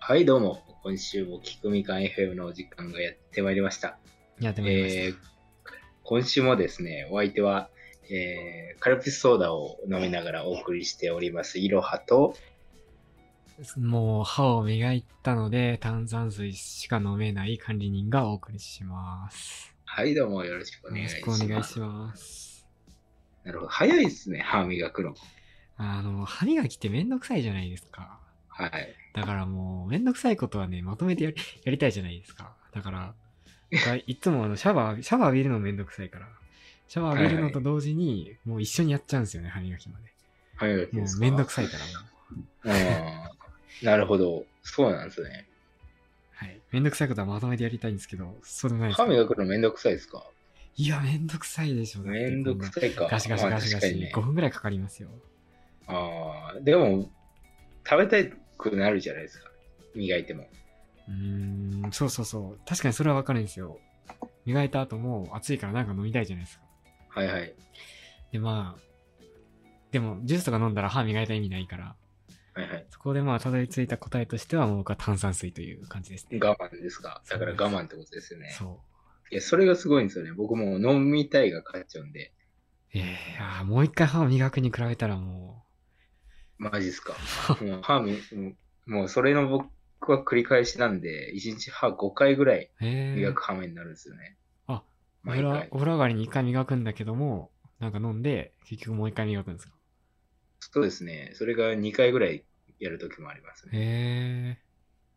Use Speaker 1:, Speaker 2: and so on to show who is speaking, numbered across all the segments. Speaker 1: はい、どうも。今週も聞くみかん FM のお時間がやってまいりました。
Speaker 2: やってまいりました。
Speaker 1: えー今週もですね、お相手は、えーカルピスソーダを飲みながらお送りしております、いろはと、
Speaker 2: もう歯を磨いたので炭酸水しか飲めない管理人がお送りします。
Speaker 1: はい、どうもよろしくお
Speaker 2: よ
Speaker 1: 願い
Speaker 2: ろ
Speaker 1: し
Speaker 2: しくお
Speaker 1: ます。
Speaker 2: 願いします。
Speaker 1: なるほど。早いですね、歯磨くの。
Speaker 2: あの、歯磨きってめんどくさいじゃないですか。
Speaker 1: はい。
Speaker 2: だからもうめんどくさいことはね、まとめてやりやりたいじゃないですか。だから、がい つもあのシャワー、シャワー浴びるのめんどくさいから、シャワー浴びるのと同時に、もう一緒にやっちゃうんですよね、歯磨きまで。
Speaker 1: 歯磨き
Speaker 2: も
Speaker 1: です
Speaker 2: う
Speaker 1: か。
Speaker 2: めんどく
Speaker 1: さ
Speaker 2: さいからもう。
Speaker 1: い。なるほど。そうなんですね。
Speaker 2: はい。めんどくさいことはまとめてやりたいんですけど、そうでもないですか
Speaker 1: 歯磨くのめんどくさいですか
Speaker 2: いや、めんどくさいでしょ。だって
Speaker 1: めんどくさいか。
Speaker 2: ガシガシ
Speaker 1: まあ
Speaker 2: ガシガ
Speaker 1: 確かに
Speaker 2: シ
Speaker 1: ね
Speaker 2: 5分ぐらいかかりますよ。
Speaker 1: ああ、でも、食べたくなるじゃないですか。磨いても。
Speaker 2: うーん、そうそうそう。確かにそれはわかるんですよ。磨いた後も暑いからなんか飲みたいじゃないですか。
Speaker 1: はいはい。
Speaker 2: で、まあ、でもジュースとか飲んだら歯磨いた意味ないから、
Speaker 1: はいはい。
Speaker 2: そこでまあたどり着いた答えとしてはもう僕は炭酸水という感じですね。
Speaker 1: 我慢ですか。だから我慢ってことですよね。
Speaker 2: そ
Speaker 1: いや、それがすごいんですよね。僕もう飲みたいが勝っちゃうんで。
Speaker 2: う。いやいや、もう一回歯を磨くに比べたらも、
Speaker 1: マジっすか。もう歯み、もうもうそれの僕は繰り返しなんで、1日歯5回ぐらいう
Speaker 2: え
Speaker 1: 磨
Speaker 2: ー、
Speaker 1: く羽目になるんですよね。
Speaker 2: あ、お
Speaker 1: 毎
Speaker 2: 風呂
Speaker 1: 回。
Speaker 2: お風呂上がりに一回磨くんだけども、なんか飲んで、結局もう一回磨くんですか。
Speaker 1: そうですね。それが2回ぐらいやるときもありますね。
Speaker 2: へえ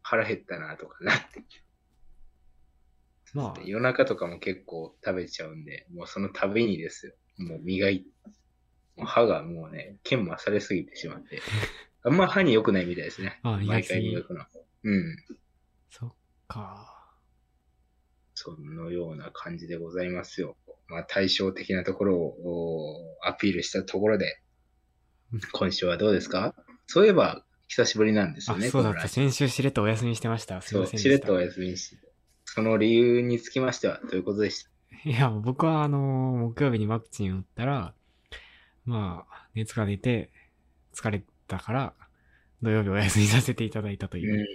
Speaker 1: 腹減ったなとかなって。
Speaker 2: ー、 まあ、
Speaker 1: 夜中とかも結構食べちゃうんで、もうそのたびにですよ。もう磨い、もう歯がもうね、研磨されすぎてしま って。あんま歯に良くないみたいですね。
Speaker 2: あ磨
Speaker 1: 毎
Speaker 2: きす
Speaker 1: 回
Speaker 2: ぎ
Speaker 1: 磨くの。うん。
Speaker 2: そっか。
Speaker 1: そのような感じでございますよ。まあ、対照的なところをおアピールしたところで
Speaker 2: うん、
Speaker 1: 今週はどうですかそういえば、久しぶりなんですよ
Speaker 2: あ、
Speaker 1: ね、
Speaker 2: そうだっ
Speaker 1: この
Speaker 2: た。
Speaker 1: ラジ
Speaker 2: 先週しれっとお休みしてました。すい
Speaker 1: オ
Speaker 2: ま
Speaker 1: そ
Speaker 2: せ
Speaker 1: う、し
Speaker 2: んでした。
Speaker 1: れっとお休みして、その理由につきましては、ということでした。
Speaker 2: いや、僕はあのー、木曜日にワクチン打ったら、まあ、熱が出て、疲れたから、土曜日お休みさせていただいたと
Speaker 1: う
Speaker 2: いうん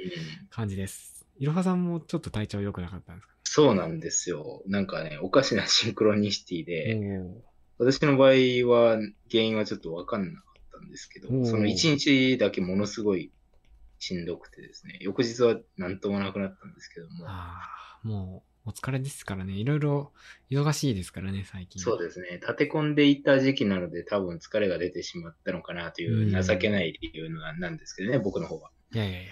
Speaker 2: 感じです。いろはさんもちょっと体調良くなかったんですか
Speaker 1: そうなんですよ。なんかね、おかしなシンクロニシティで、
Speaker 2: ね。
Speaker 1: 私の場合は原因はちょっとわかんなかったんですけど
Speaker 2: お、ー
Speaker 1: その一日だけものすごいしんどくてですね、翌日はなんともなくなったんですけども、
Speaker 2: ああ、もう、お疲れですからね。いろいろ忙しいですからね、最近。
Speaker 1: そうですね、立て込んでいた時期なので、多分疲れが出てしまったのかなといううん情けない理由ななんですけどね、僕の方は。
Speaker 2: いやいやいや。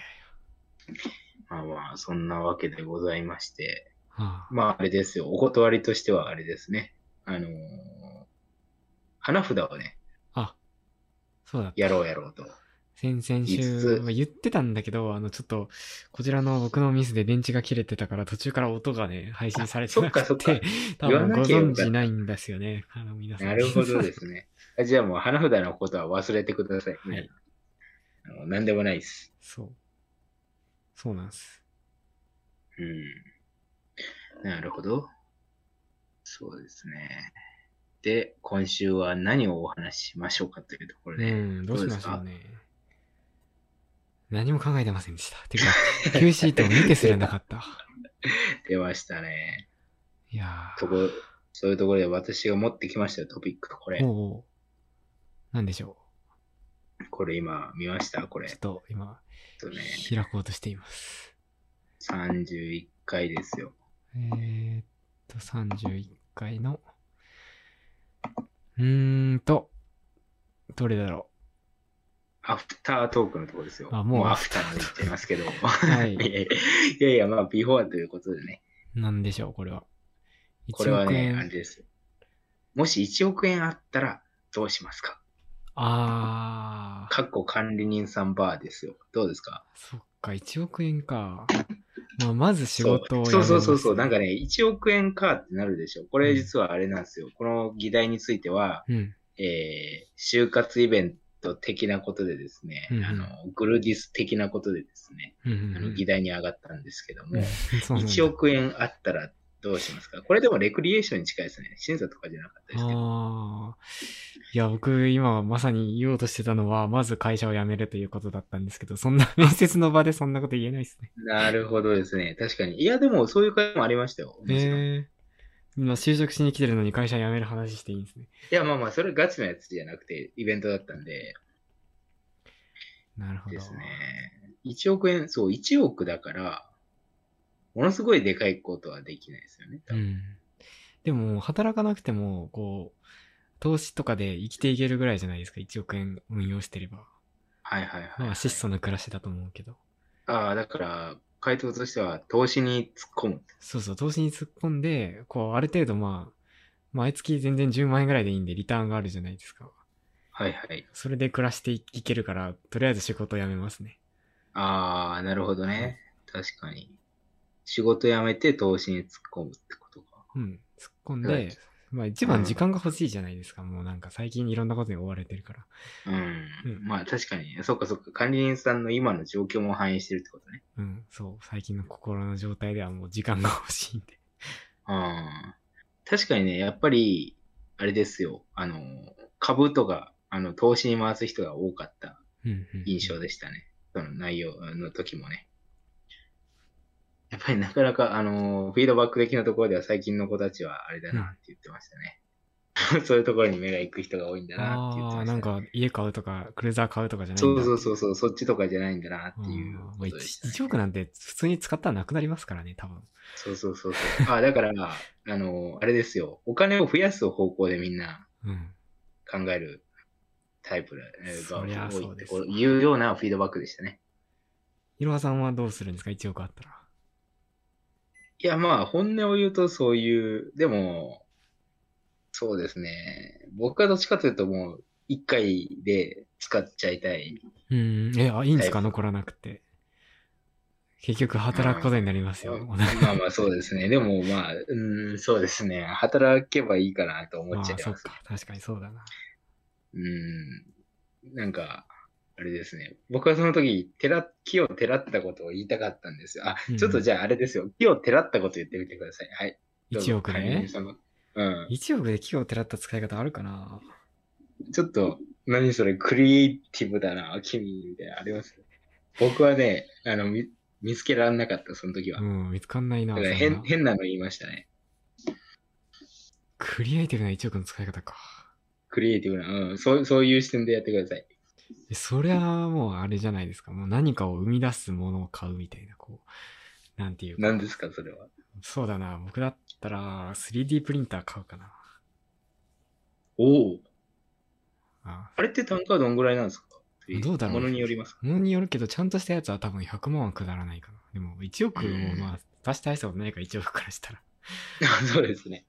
Speaker 1: まあまあ、そんなわけでございまして、
Speaker 2: はあ、
Speaker 1: まああれですよ、お断りとしてはあれですね、あのー花札をね、
Speaker 2: あ、そうだった。
Speaker 1: やろうや ろうと。
Speaker 2: 先々
Speaker 1: 言いつ
Speaker 2: 週
Speaker 1: つ
Speaker 2: まあ言ってたんだけど、あの、ちょっと、こちらの僕のミスで電池が切れてたから、途中から音がね、配信されてな
Speaker 1: あそ
Speaker 2: く、
Speaker 1: っかそって
Speaker 2: 多分
Speaker 1: 言わ
Speaker 2: ご
Speaker 1: なきゃよか
Speaker 2: 存
Speaker 1: った
Speaker 2: 知ないんですよね。あの、皆さん。。
Speaker 1: なるほどです ね。あじゃあもう花札のことは忘れてください。
Speaker 2: はい。
Speaker 1: あの何でもないです。
Speaker 2: そう。そうなんです。
Speaker 1: うん。なるほど。そうですね。で、今週は何をお話ししましょうかというところ
Speaker 2: う
Speaker 1: で。
Speaker 2: ん、どうしましょ
Speaker 1: ど
Speaker 2: う
Speaker 1: う
Speaker 2: ね。何も考えてませんでした。てか、Q シートを見てすらな かった。
Speaker 1: 出ましたね。
Speaker 2: いや
Speaker 1: とこ
Speaker 2: ー。
Speaker 1: そういうところで私が持ってきましたよ、トピック。これ。
Speaker 2: おうおう。なんでしょ
Speaker 1: これ今見ましたこ
Speaker 2: う。
Speaker 1: れ。
Speaker 2: ちょ
Speaker 1: え
Speaker 2: っと今、
Speaker 1: っとね、
Speaker 2: 開こうとしています。
Speaker 1: 31回ですよ。
Speaker 2: えー、っと、31回の、うーんと、どれだろ
Speaker 1: アフタートークのところですよ。
Speaker 2: あもう
Speaker 1: アフターに行っちゃいますけど。
Speaker 2: う。はいい。
Speaker 1: やいやいや、まあ、ビフォーということでね。
Speaker 2: なんでしょう、これは。
Speaker 1: これは
Speaker 2: 1億
Speaker 1: ね、
Speaker 2: 円
Speaker 1: あれですよ。もし1億円あったら、どうしますか
Speaker 2: あー、
Speaker 1: かっこ管理人さんバーですよ。どうですか
Speaker 2: そっか、1億円か。まあ、まず仕事を
Speaker 1: そうそうそうそうそう、な
Speaker 2: やめ
Speaker 1: ん
Speaker 2: ます
Speaker 1: かね、1億円かってなるでしょ。これ実はあれなんですよ。この議題については、
Speaker 2: うん。
Speaker 1: えー、就活イベント的なことでですね、
Speaker 2: うんうん
Speaker 1: あの、グルディス的なことでですね、
Speaker 2: うんうん
Speaker 1: あ
Speaker 2: う
Speaker 1: の
Speaker 2: ん。
Speaker 1: 議題に上がったんですけども、
Speaker 2: うんそうなんだ
Speaker 1: 1億円あったらどうしますかこれでもレクリエーションに近いですね。審査とかじゃなかったですけど。
Speaker 2: ああ。いや、僕、今まさに言おうとしてたのは、まず会社を辞めるということだったんですけど、そんな面接の場でそんなこと言えないですね。
Speaker 1: なるほどですね。確かに。いや、でもそういう会もありましたよ。もちろんい
Speaker 2: ええ今、就職しに来てるのに会社辞める話していいんですね。
Speaker 1: や、まあまあ、それガチのやつじゃなくて、イベントだったんで
Speaker 2: なるほど。
Speaker 1: ですね。1億円、そう、1億だから、ものすごいでかいことはできないですよね。多
Speaker 2: う
Speaker 1: 分
Speaker 2: ん。でも、働かなくても、こう、投資とかで生きていけるぐらいじゃないですか。1億円運用してれば。
Speaker 1: はいはいはい、はい。
Speaker 2: まあ、質素な暮らしだと思うけど。
Speaker 1: ああ、だから、回答としては、投資に突っ込む。
Speaker 2: そうそう、投資に突っ込んで、こう、ある程度まあ、毎月全然10万円ぐらいでいいんで、リターンがあるじゃないですか。
Speaker 1: はいはい。
Speaker 2: それで暮らしていけるから、とりあえず仕事を辞めますね。
Speaker 1: ああ、なるほどね。確かに。仕事辞めて投資に突っ込むってことか。
Speaker 2: うん。突っ込ん
Speaker 1: はい
Speaker 2: で、まあ一番時間が欲しいじゃないですか。もうなんか最近いろんなことに追われてるから。
Speaker 1: うん。
Speaker 2: うん
Speaker 1: まあ確かに。そっかそっか。管理人さんの今の状況も反映してるってことね。
Speaker 2: うん。そう。最近の心の状態ではもう時間が欲しいんで。
Speaker 1: うん。確かにね、やっぱり、あれですよ。あの、株とか、あの、投資に回す人が多かった
Speaker 2: うんうん。
Speaker 1: 印象でしたね。その内容の時もね。やっぱりなかなか、あのーフィードバック的なところでは最近の子たちはあれだなって言ってましたね。 そういうところに目が行く人が多いんだなって言って
Speaker 2: あ
Speaker 1: ま
Speaker 2: あ
Speaker 1: した、
Speaker 2: ー、な
Speaker 1: ね。
Speaker 2: んか家買うとか、クルーザー買うとかじゃない
Speaker 1: そ
Speaker 2: ん
Speaker 1: う
Speaker 2: だ
Speaker 1: そうそうそう、そっちとかじゃないんだな
Speaker 2: う
Speaker 1: ってい
Speaker 2: ん
Speaker 1: う
Speaker 2: まあ
Speaker 1: ことでしたね
Speaker 2: 1, 億なんて普通に使ったらなくなりますからね、多分。
Speaker 1: そうそうそうそう。あ、だから、あのーあれですよ。お金を増やす方向でみんな
Speaker 2: うん。
Speaker 1: 考えるタイプが
Speaker 2: そりゃ
Speaker 1: 多い
Speaker 2: そう
Speaker 1: って
Speaker 2: です
Speaker 1: こういうようなフィードバックでしたね。
Speaker 2: いろはさんはどうするんですか ?1 億あったら。
Speaker 1: いや、まあ、本音を言うとそういう、でも、そうですね。僕はどっちかというともう、一回で使っちゃいたい。
Speaker 2: うん。え、あ、いいんです
Speaker 1: は
Speaker 2: か
Speaker 1: い
Speaker 2: 残らなくて。結局働くことになりますよ。
Speaker 1: まあまあ、そうですね。でも、まあ、うん、そうですね。働けばいいかなと思
Speaker 2: ま
Speaker 1: っ
Speaker 2: あ、
Speaker 1: ちゃい
Speaker 2: そっ
Speaker 1: ます。
Speaker 2: か。確かにそうだな。
Speaker 1: うん。なんか、あれですね。僕はその時、てら、木をてらったことを言いたかったんですよ。あ、
Speaker 2: うん
Speaker 1: ちょっとじゃああれですよ。木をてらったこと言ってみてください。はい。どうぞ
Speaker 2: 1億
Speaker 1: 管理人
Speaker 2: ね。
Speaker 1: 様うん。
Speaker 2: 1億で木をてらった使い方あるかな
Speaker 1: ちょっと、何それ、クリエイティブだな、君、みたいな、あります僕はね、あの、み見つけられなかった、その時は。
Speaker 2: うん、見つかんないな。
Speaker 1: だから
Speaker 2: そんな
Speaker 1: 変、変なの言いましたね。
Speaker 2: クリエイティブな1億の使い方か。
Speaker 1: クリエイティブな、うん、そう、そういう視点でやってください。
Speaker 2: えそりゃもうあれじゃないですか。もう何かを生み出すものを買うみたいな、こう。なんていうか。
Speaker 1: 何ですか、それは。
Speaker 2: そうだな。僕だったら 3D プリンター買うかな。
Speaker 1: おお、
Speaker 2: あ
Speaker 1: あれって単価はどんぐらいなんですか
Speaker 2: どうだろう
Speaker 1: ものによりますか
Speaker 2: ものによるけど、ちゃんとしたやつは多分100万はくだらないかな。でも1億
Speaker 1: う
Speaker 2: も
Speaker 1: ん
Speaker 2: まあ、足して大したことないから1億からしたら。
Speaker 1: そうですね。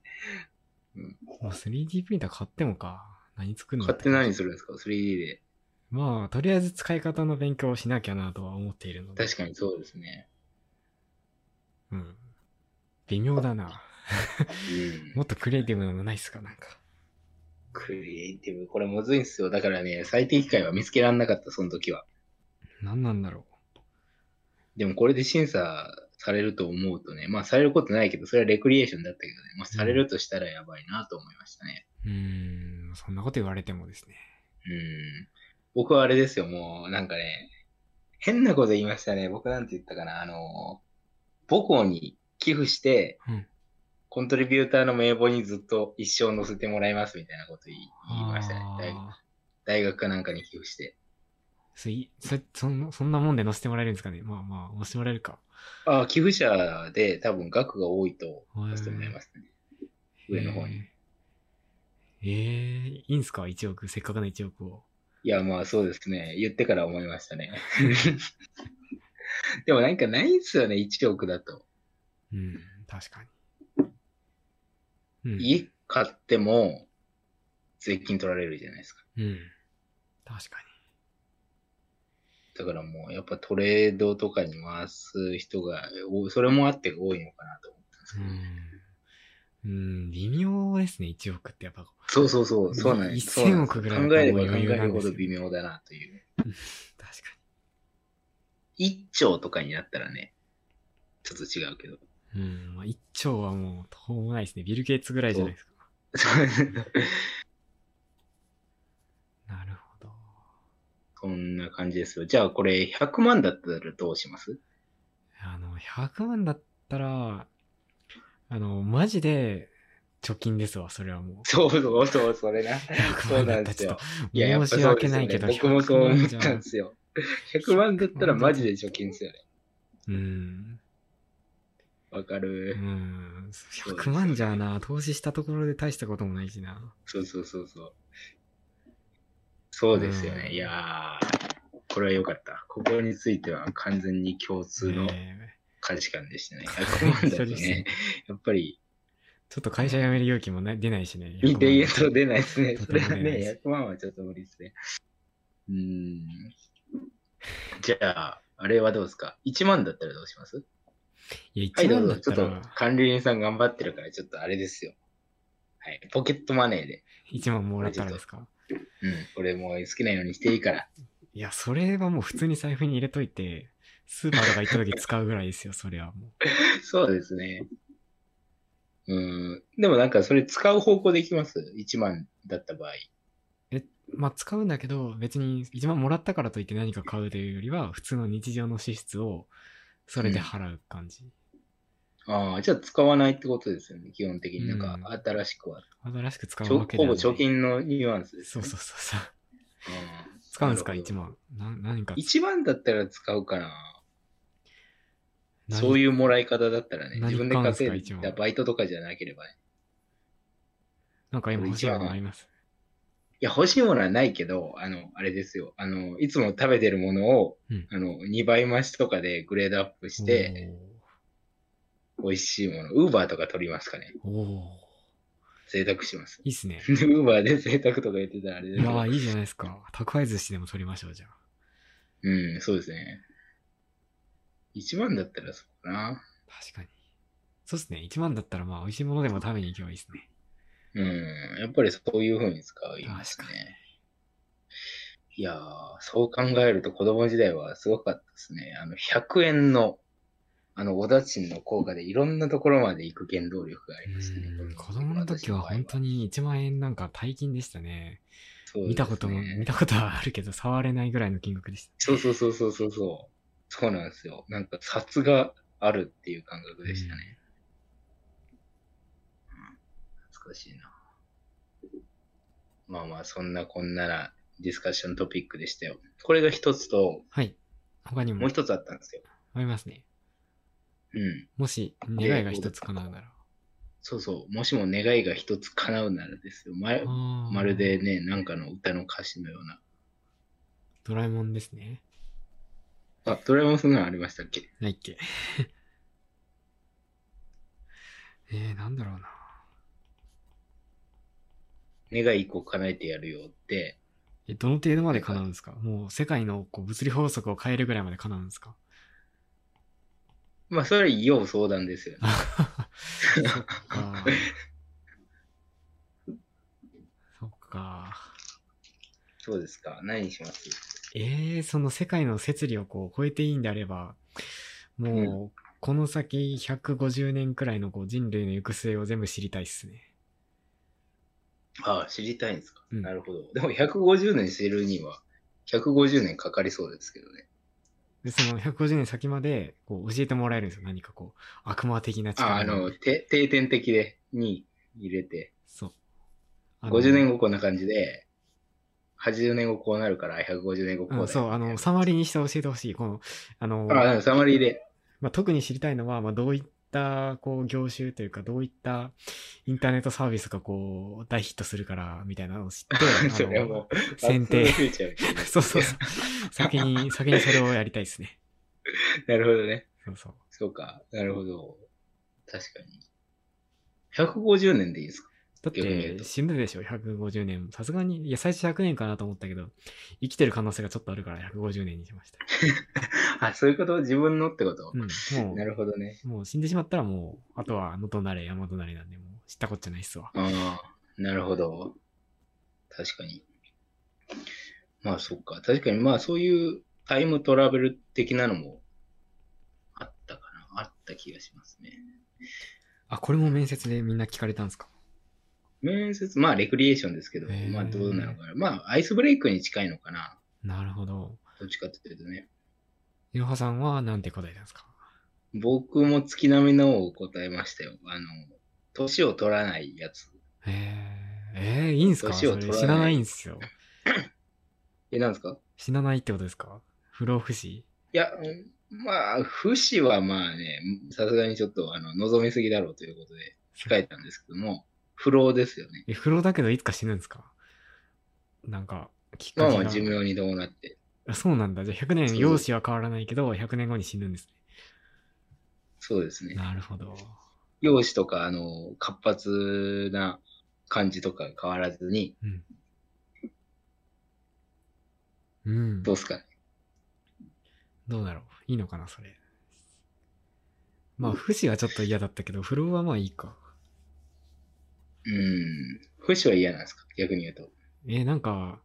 Speaker 2: もう 3D プリンター買ってもか。何作るの
Speaker 1: 買って何するんですか ?3D で。
Speaker 2: まあ、とりあえず使い方の勉強をしなきゃなとは思っているので。
Speaker 1: 確かにそうですね。
Speaker 2: うん。微妙だな。
Speaker 1: う
Speaker 2: も
Speaker 1: ん。
Speaker 2: っとクリエイティブなのないっすかなんか。
Speaker 1: クリエイティブ、これむずいんですよ。だからね、最適解は見つけられなかった、その時は。
Speaker 2: 何なんだろ
Speaker 1: でもこれで審査されると思うとね、まあされることないけど、それはレクリエーションだったけどね、まあされるとしたらやばいなと思いましたね。
Speaker 2: う。うーん、そんなこと言われてもですね。
Speaker 1: うん。僕はあれですよ、もうなんかね、変なこと言いましたね。僕なんて言ったかな、あの、母校に寄付して、
Speaker 2: うん
Speaker 1: コントリビューターの名簿にずっと一生載せてもらいますみたいなこと言い言いましたね。大学
Speaker 2: あ
Speaker 1: 大学かなんかに寄付して。
Speaker 2: ーそいそそんなそんなもんで載せてもらえるんですかねまあまあ、載せてもらえるか。
Speaker 1: ああ、寄付者で多分額が多いとさせてもらいますね。上の方に。
Speaker 2: えー。えーいいんすか ?1 億、せっかくの1億を。
Speaker 1: いや、まあそうですね。言ってから思いました ね。でもなんかないんすよね、1億だと。
Speaker 2: うん、確かに。うん、
Speaker 1: 家買っても、税金取られるじゃないですか。
Speaker 2: うん。確か
Speaker 1: だからもう、やっぱトレードとかに回す人が、おそれもあって多いのかなと思ったんですけ
Speaker 2: に
Speaker 1: ど。。
Speaker 2: うん。うん、微妙ですね、1億ってやっぱ。
Speaker 1: そうそうそう、そうなんです。そうなんです
Speaker 2: 1000億ぐらい
Speaker 1: 考えれ
Speaker 2: も
Speaker 1: ば
Speaker 2: う
Speaker 1: 考
Speaker 2: 余
Speaker 1: え
Speaker 2: 裕な
Speaker 1: る
Speaker 2: んで
Speaker 1: ほ
Speaker 2: すよ
Speaker 1: ど微妙だなという。
Speaker 2: 確か
Speaker 1: 1兆とかになったらね、ちょっと違うけど。
Speaker 2: に。うん、まあ、一丁はもう、とんもないですね。ビル・ゲイツぐらいじゃないですか。なるほど。
Speaker 1: こんな感じですよ。じゃあこれ100万だったらどうします
Speaker 2: あの、100万だったら、あの、マジで、貯金ですわ、それはもう。
Speaker 1: そうそうそう、それな。
Speaker 2: 100
Speaker 1: そう
Speaker 2: 万
Speaker 1: な
Speaker 2: だ
Speaker 1: ん
Speaker 2: っ
Speaker 1: で
Speaker 2: たら
Speaker 1: す
Speaker 2: ちょっ
Speaker 1: よ
Speaker 2: と。
Speaker 1: いや、や
Speaker 2: 申
Speaker 1: っぱ
Speaker 2: し
Speaker 1: そう
Speaker 2: 訳
Speaker 1: です
Speaker 2: な
Speaker 1: よ
Speaker 2: い
Speaker 1: ね。
Speaker 2: けど、
Speaker 1: 僕もそう思っ
Speaker 2: 100万じゃ
Speaker 1: たんですよ。100万だったらマジで貯金ですよね。
Speaker 2: うん。
Speaker 1: わか
Speaker 2: う
Speaker 1: る。
Speaker 2: ん。
Speaker 1: そうです
Speaker 2: 100
Speaker 1: よね
Speaker 2: 万じゃな、投資したところで大したこともないしな。
Speaker 1: そうそうそうそう。そうですよ
Speaker 2: うん
Speaker 1: ね。いやー、これは良かった。ここについては完全に共通の
Speaker 2: ね
Speaker 1: 価値観で したね。
Speaker 2: え
Speaker 1: 100万だと
Speaker 2: 一緒ですね
Speaker 1: ね、やっぱり、
Speaker 2: ちょっと会社辞める勇気もな出ないしね。
Speaker 1: いいで言う
Speaker 2: 100
Speaker 1: と
Speaker 2: 万
Speaker 1: 出ないですね。
Speaker 2: と
Speaker 1: そ
Speaker 2: て
Speaker 1: れ
Speaker 2: も出
Speaker 1: は
Speaker 2: ないです
Speaker 1: ね、100万はちょっと無理ですね。うーん。じゃあ、あれはどうですか ?1 万だったらどうします
Speaker 2: いや、
Speaker 1: はい、
Speaker 2: 1
Speaker 1: どう
Speaker 2: 万だ
Speaker 1: ぞ。
Speaker 2: っ
Speaker 1: ちょ
Speaker 2: た
Speaker 1: っ
Speaker 2: ら、
Speaker 1: と管理人さん頑張ってるから、ちょっとあれですよ。はい、ポケットマネーで。
Speaker 2: 1万もらったらですか
Speaker 1: うん、俺もう好きなようにしていいから。
Speaker 2: いや、それはもう普通に財布に入れといて、スーパーとか行った時使うぐらいですよ、それはも
Speaker 1: そうですね。うん、でもなんかそれ使う方向でいきます ?1 万だった場合。
Speaker 2: う。まあ使うんだけど、別に1万もらったからといって何か買うというよりは、普通の日常の支出をそれで払う感じ。
Speaker 1: ああ、じゃあ使わないってことですよね。基本的になんか
Speaker 2: うん
Speaker 1: 新しくは。
Speaker 2: 新しく使
Speaker 1: ち
Speaker 2: う
Speaker 1: ょほ
Speaker 2: わけで
Speaker 1: ぼ
Speaker 2: はない。
Speaker 1: 貯金のニュアンスです、
Speaker 2: そう
Speaker 1: ね。
Speaker 2: そうそうそう。
Speaker 1: うん
Speaker 2: 使うんです
Speaker 1: な
Speaker 2: か、
Speaker 1: るほ
Speaker 2: 1
Speaker 1: ど
Speaker 2: 万。な何か、
Speaker 1: 一番だったら使うかな。
Speaker 2: 何
Speaker 1: そういうもらい方だったらね。
Speaker 2: 何
Speaker 1: 自分で稼い
Speaker 2: 買うんですか一
Speaker 1: だ
Speaker 2: 番
Speaker 1: バイトとかじゃなければね。
Speaker 2: なんか今欲しいものあります。
Speaker 1: いや、欲しいものはないけど、あの、あれですよ。あの、いつも食べてるものを、
Speaker 2: うん
Speaker 1: あの、2倍増しとかでグレードアップして、美味しいもの。ウーバーとか取りますかね。
Speaker 2: おー、おー
Speaker 1: 贅沢します。
Speaker 2: いい っすね。
Speaker 1: ウーバーで贅沢とか言ってたらあれ
Speaker 2: い
Speaker 1: ですけ
Speaker 2: や
Speaker 1: ど
Speaker 2: ー、いいじゃないですか。宅配寿司でも取りましょう、じゃあ。
Speaker 1: うん、そうですね。一番だったらそうかな。
Speaker 2: 確かに。そうっすね。1万だったら、まあ、美味しいものでも食べに行けばいいっすね。
Speaker 1: うん、やっぱりそういう風に使うようです
Speaker 2: 確か
Speaker 1: ね。いやー、そう考えると子供時代はすごかったですね。あの、100円の、あの、おだちんの効果でいろんなところまで行く原動力がありましたね。
Speaker 2: うん子供の時は本当
Speaker 1: に、
Speaker 2: に1万円なんか大金でしたね。
Speaker 1: そうですね
Speaker 2: 見たことも、見たことはあるけど、触れないぐらいの金額でした。
Speaker 1: そうそうそうそうそうそう。そうなんですよ。なんか、札があるっていう感覚でしたね。懐かしいな。まあまあ、そんなこんななディスカッショントピックでしたよ。これが一つと、
Speaker 2: はい。他に
Speaker 1: も
Speaker 2: も
Speaker 1: う一つあったんですよ。
Speaker 2: ありますね。
Speaker 1: うん。
Speaker 2: もし、願いが一つ叶うなら。
Speaker 1: そうそう。もしも願いが一つ叶うならですよ。ま
Speaker 2: あー
Speaker 1: まるで。ね、なんかの歌の歌詞のような。
Speaker 2: ドラえもんですね。
Speaker 1: あ、ドラえもんそんなのありましたっけ
Speaker 2: ないっけ。 えー、なんだろうな。
Speaker 1: 願い一個叶えてやるよって、
Speaker 2: え、どの程度まで叶うんですかもう世界のこう物理法則を変えるぐらいまで叶うんですか
Speaker 1: まあ、それは要相談ですよね。
Speaker 2: そっか。そっか。
Speaker 1: そうですか。何にします
Speaker 2: えー、その世界の摂理をこう超えていいんであれば、もう、この先150年くらいのこう人類の行く末を全部知りたいっすね。
Speaker 1: ああ、知りたいんですか。
Speaker 2: うん
Speaker 1: なるほど。でも150年知るには、150年かかりそうですけどね。
Speaker 2: で、その150年先までこう教えてもらえるんですよ。何かこう、悪魔的な
Speaker 1: ああ、あ
Speaker 2: 力を
Speaker 1: の、て定点的で、に入れて、
Speaker 2: そう。あの
Speaker 1: 50年後こんな感じで、80年後こうなるから、150年後こうだ
Speaker 2: う
Speaker 1: よ
Speaker 2: ん、そう、あの、サマリーにして教えてほしい。この、あの、
Speaker 1: ああ、サマリーで。
Speaker 2: まあ、特に知りたいのは、まあ、どういったこう業種というかどういったインターネットサービスがこう大ヒットするからみたいなのを知って
Speaker 1: そ
Speaker 2: あ
Speaker 1: れは
Speaker 2: の
Speaker 1: もう、
Speaker 2: 選定
Speaker 1: バックトゥザフューチャーみたいな
Speaker 2: そうそうそう先に先にそれをやりたいですね
Speaker 1: なるほどね。
Speaker 2: そうそう
Speaker 1: そうか。なるほど。確かに。150年でいいですか
Speaker 2: だっ
Speaker 1: 逆に言う
Speaker 2: て
Speaker 1: と
Speaker 2: 死ぬでしょ150年さすがにいや最初100年かなと思ったけど生きてる可能性がちょっとあるから150年にしました
Speaker 1: あ、そういうこと自分のってこと
Speaker 2: う、んも
Speaker 1: なるほどね。
Speaker 2: うもう死んでしまったらもうあとは野となれ山となれなんでもう知ったこっちゃないっすわ
Speaker 1: ああ、なるほど。確かに。まあそっか。確かにまあそういうタイムトラベル的なのもあったかな。あっった気がしますね。
Speaker 2: あ、これも面接でみんな聞かれたんですか
Speaker 1: 面接、まあ、レクリエーションですけど
Speaker 2: へ、ー
Speaker 1: まあ、どうなのかな。まあ、アイスブレイクに近いのかな。
Speaker 2: なるほど。
Speaker 1: どっちかっていうとね。
Speaker 2: いろはさんはなんて答えたんですか
Speaker 1: 僕も月並みのを答えましたよ。あの、年を取らないやつ。
Speaker 2: へえ、えー、いいんすか
Speaker 1: 年を
Speaker 2: それ
Speaker 1: 取らない
Speaker 2: 死なないんすよ。
Speaker 1: え、なんですか
Speaker 2: 死なないってことですか不老不死
Speaker 1: いや、うんまあ、不死はまあね、さすがにちょっと、あの、望みすぎだろうということで、控えたんですけども、不老ですよね。
Speaker 2: え、不老だけどいつか死ぬんですかなんか、きっ
Speaker 1: ま
Speaker 2: か
Speaker 1: あ
Speaker 2: け
Speaker 1: まあ
Speaker 2: が
Speaker 1: 寿命に伴って。
Speaker 2: あそうなんだ。じゃあ100
Speaker 1: そ
Speaker 2: 年、
Speaker 1: う
Speaker 2: 容姿は変わらないけど、100年後に死ぬんです
Speaker 1: そうです
Speaker 2: ね。
Speaker 1: ね。
Speaker 2: なるほど。
Speaker 1: 容姿とか、あの、活発な感じとか変わらずに、
Speaker 2: うん。うん。
Speaker 1: どうすかね。
Speaker 2: どうだろういいのかな、それ。まあ、不死はちょっと嫌だったけど、不老はまあいいか。
Speaker 1: うん。不死は嫌なんですか逆に言うと。
Speaker 2: えーなんか、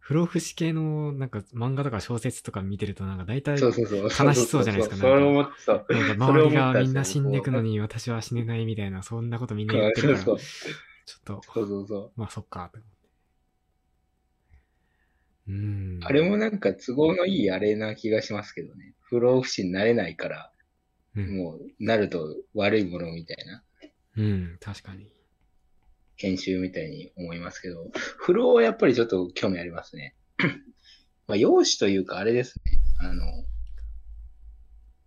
Speaker 2: 不老不死系の、なんか漫画とか小説とか見てると、なんか大体、
Speaker 1: そうそうそう。
Speaker 2: 悲しそうじゃないですか
Speaker 1: そそれ思ってた。
Speaker 2: なんか
Speaker 1: それ思
Speaker 2: 周
Speaker 1: っ
Speaker 2: り
Speaker 1: た
Speaker 2: が
Speaker 1: んですよ
Speaker 2: みんな死んでくのに私は死ねないみたいな、そんなことみんな言って
Speaker 1: そ
Speaker 2: る
Speaker 1: う
Speaker 2: から、ち
Speaker 1: そ
Speaker 2: ょ
Speaker 1: う
Speaker 2: っと、
Speaker 1: そうそうそう。
Speaker 2: まあそっか、と思って。うーん。
Speaker 1: あれもなんか都合のいいあれな気がしますけどね。不老不死になれないから、
Speaker 2: うん、
Speaker 1: もうなると悪いものみたいな
Speaker 2: うん、確かに。
Speaker 1: 研修みたいに思いますけど、不老はやっぱりちょっと興味ありますね。 まあ、容姿というかあれですね。あの、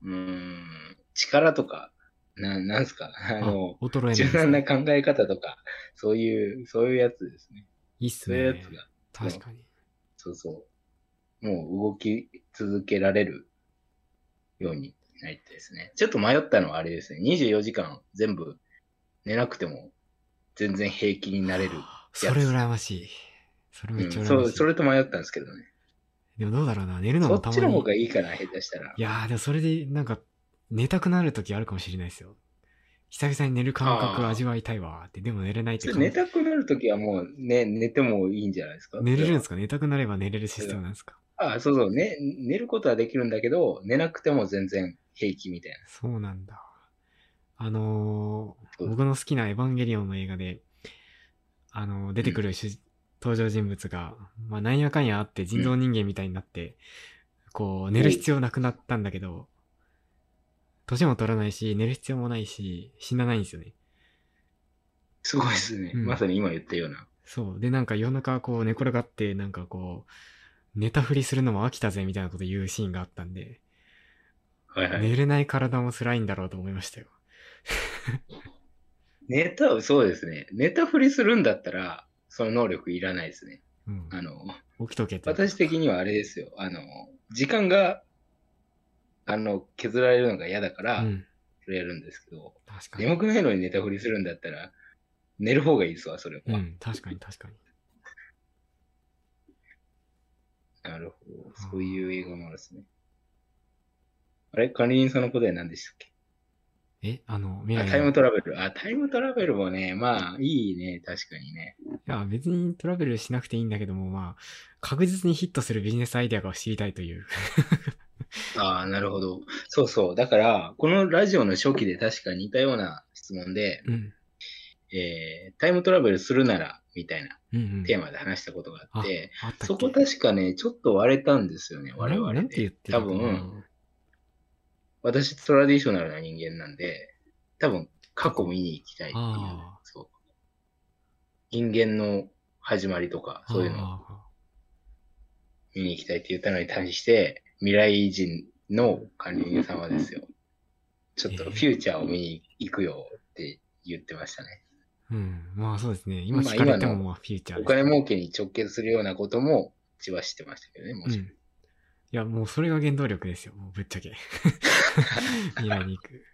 Speaker 1: うーん、力とか、ななんすか、あ
Speaker 2: あ
Speaker 1: の、
Speaker 2: 衰えないです
Speaker 1: 柔
Speaker 2: ね
Speaker 1: 軟な考え方とか、そういう、そういうやつですね。
Speaker 2: いいっす
Speaker 1: そういう
Speaker 2: ね
Speaker 1: やつ。が、
Speaker 2: 確かに。
Speaker 1: そうそう。もう動き続けられるようになりたいですね。ちょっと迷ったのはあれですね。24時間全部寝なくても全然平気になれる。
Speaker 2: それ羨ましい。それめっちゃ
Speaker 1: うん
Speaker 2: 羨
Speaker 1: そ
Speaker 2: ま
Speaker 1: う
Speaker 2: しい。
Speaker 1: それと迷ったんですけどね。
Speaker 2: でもどうだろうな、寝るの
Speaker 1: そ
Speaker 2: も
Speaker 1: った
Speaker 2: ま
Speaker 1: ち
Speaker 2: に。
Speaker 1: の方がいいかな、下手したら。
Speaker 2: いやー、でもそれで、なんか、寝たくなる時あるかもしれないですよ。久々に寝る感覚
Speaker 1: あー
Speaker 2: 味わいたいわーって、でも寝れないって
Speaker 1: ちょっ
Speaker 2: 感
Speaker 1: と
Speaker 2: じ
Speaker 1: 寝たくなるときはもう、ね、寝てもいいんじゃないですか。
Speaker 2: 寝れるんです
Speaker 1: か
Speaker 2: か寝たくなれば寝れるシステムなんですか
Speaker 1: あそうそう、ね。寝ることはできるんだけど、寝なくても全然平気みたいな。
Speaker 2: そうなんだ。あの
Speaker 1: そ
Speaker 2: ー、
Speaker 1: う
Speaker 2: 僕の好きなエヴァンゲリオンの映画で、あのー、出てくる主、登場人物が、まあ、なんやかんやあって人造人間みたいになって、こう、寝る必要なくなったんだけど、年も取らないし、寝る必要もないし、死なないんですよね。
Speaker 1: すごいですね。
Speaker 2: うん
Speaker 1: まさに今言ったような。
Speaker 2: そう。で、なんか夜中こう寝転がって、なんかこう、寝たふりするのも飽きたぜみたいなこと言うシーンがあったんで、
Speaker 1: はいはい。
Speaker 2: 寝れない体も辛いんだろうと思いましたよ。
Speaker 1: ネタを、そうですね。ネタ振りするんだったら、その能力いらないですね。
Speaker 2: うん。
Speaker 1: あの、
Speaker 2: 起きとけって。
Speaker 1: 私的にはあれですよ。あの、時間が、あの、削られるのが嫌だから
Speaker 2: う、ん。
Speaker 1: それやるんですけど、
Speaker 2: 確か
Speaker 1: 眠
Speaker 2: に。
Speaker 1: くないのにネタ振りするんだったら、寝る方がいいですわ、それは。
Speaker 2: うん、確かに確かに。
Speaker 1: なるほど。そういう映画もあるんですね。あれ管理人さんの答え何でしたっけ
Speaker 2: え、あの、
Speaker 1: あ
Speaker 2: 未
Speaker 1: タイ
Speaker 2: 来の。
Speaker 1: ム
Speaker 2: い
Speaker 1: トラベル。あ、タイムトラベルもね、まあ、いいね、確かにね。
Speaker 2: や、別にトラベルしなくていいんだけども、まあ、確実にヒットするビジネスアイデアが知りたいという。
Speaker 1: ああ、なるほど。そうそう。だから、このラジオの初期で確か似たような質問で、
Speaker 2: うん。
Speaker 1: えータイムトラベルするなら、みたいな
Speaker 2: うんうん。
Speaker 1: テーマで話したことがあって、
Speaker 2: あったっけ
Speaker 1: そこ確かね、ちょっと割れたんですよね、我々
Speaker 2: な
Speaker 1: で。
Speaker 2: なんて言ってた
Speaker 1: 多
Speaker 2: かな
Speaker 1: 分、私トラディショナルな人間なんで、多分過去見に行きたいっていう
Speaker 2: ああ。
Speaker 1: そう。人間の始まりとか、そういうの
Speaker 2: ああ
Speaker 1: 見に行きたいって言ったのに対して、未来人の管理人さんはですよ。ちょっと
Speaker 2: え
Speaker 1: フ
Speaker 2: え
Speaker 1: ューチャーを見に行くよって言ってましたね。
Speaker 2: うん。まあそうですね。今
Speaker 1: まあ
Speaker 2: 聞かれて
Speaker 1: 今
Speaker 2: も、
Speaker 1: の
Speaker 2: まあフューチャー
Speaker 1: お
Speaker 2: です
Speaker 1: 金儲けに直結するようなことも、うちは知ってましたけどね、も
Speaker 2: うん。
Speaker 1: ちろん。
Speaker 2: いや、もうそれが原動力ですよ。もうぶっち ゃけ。未来に行く。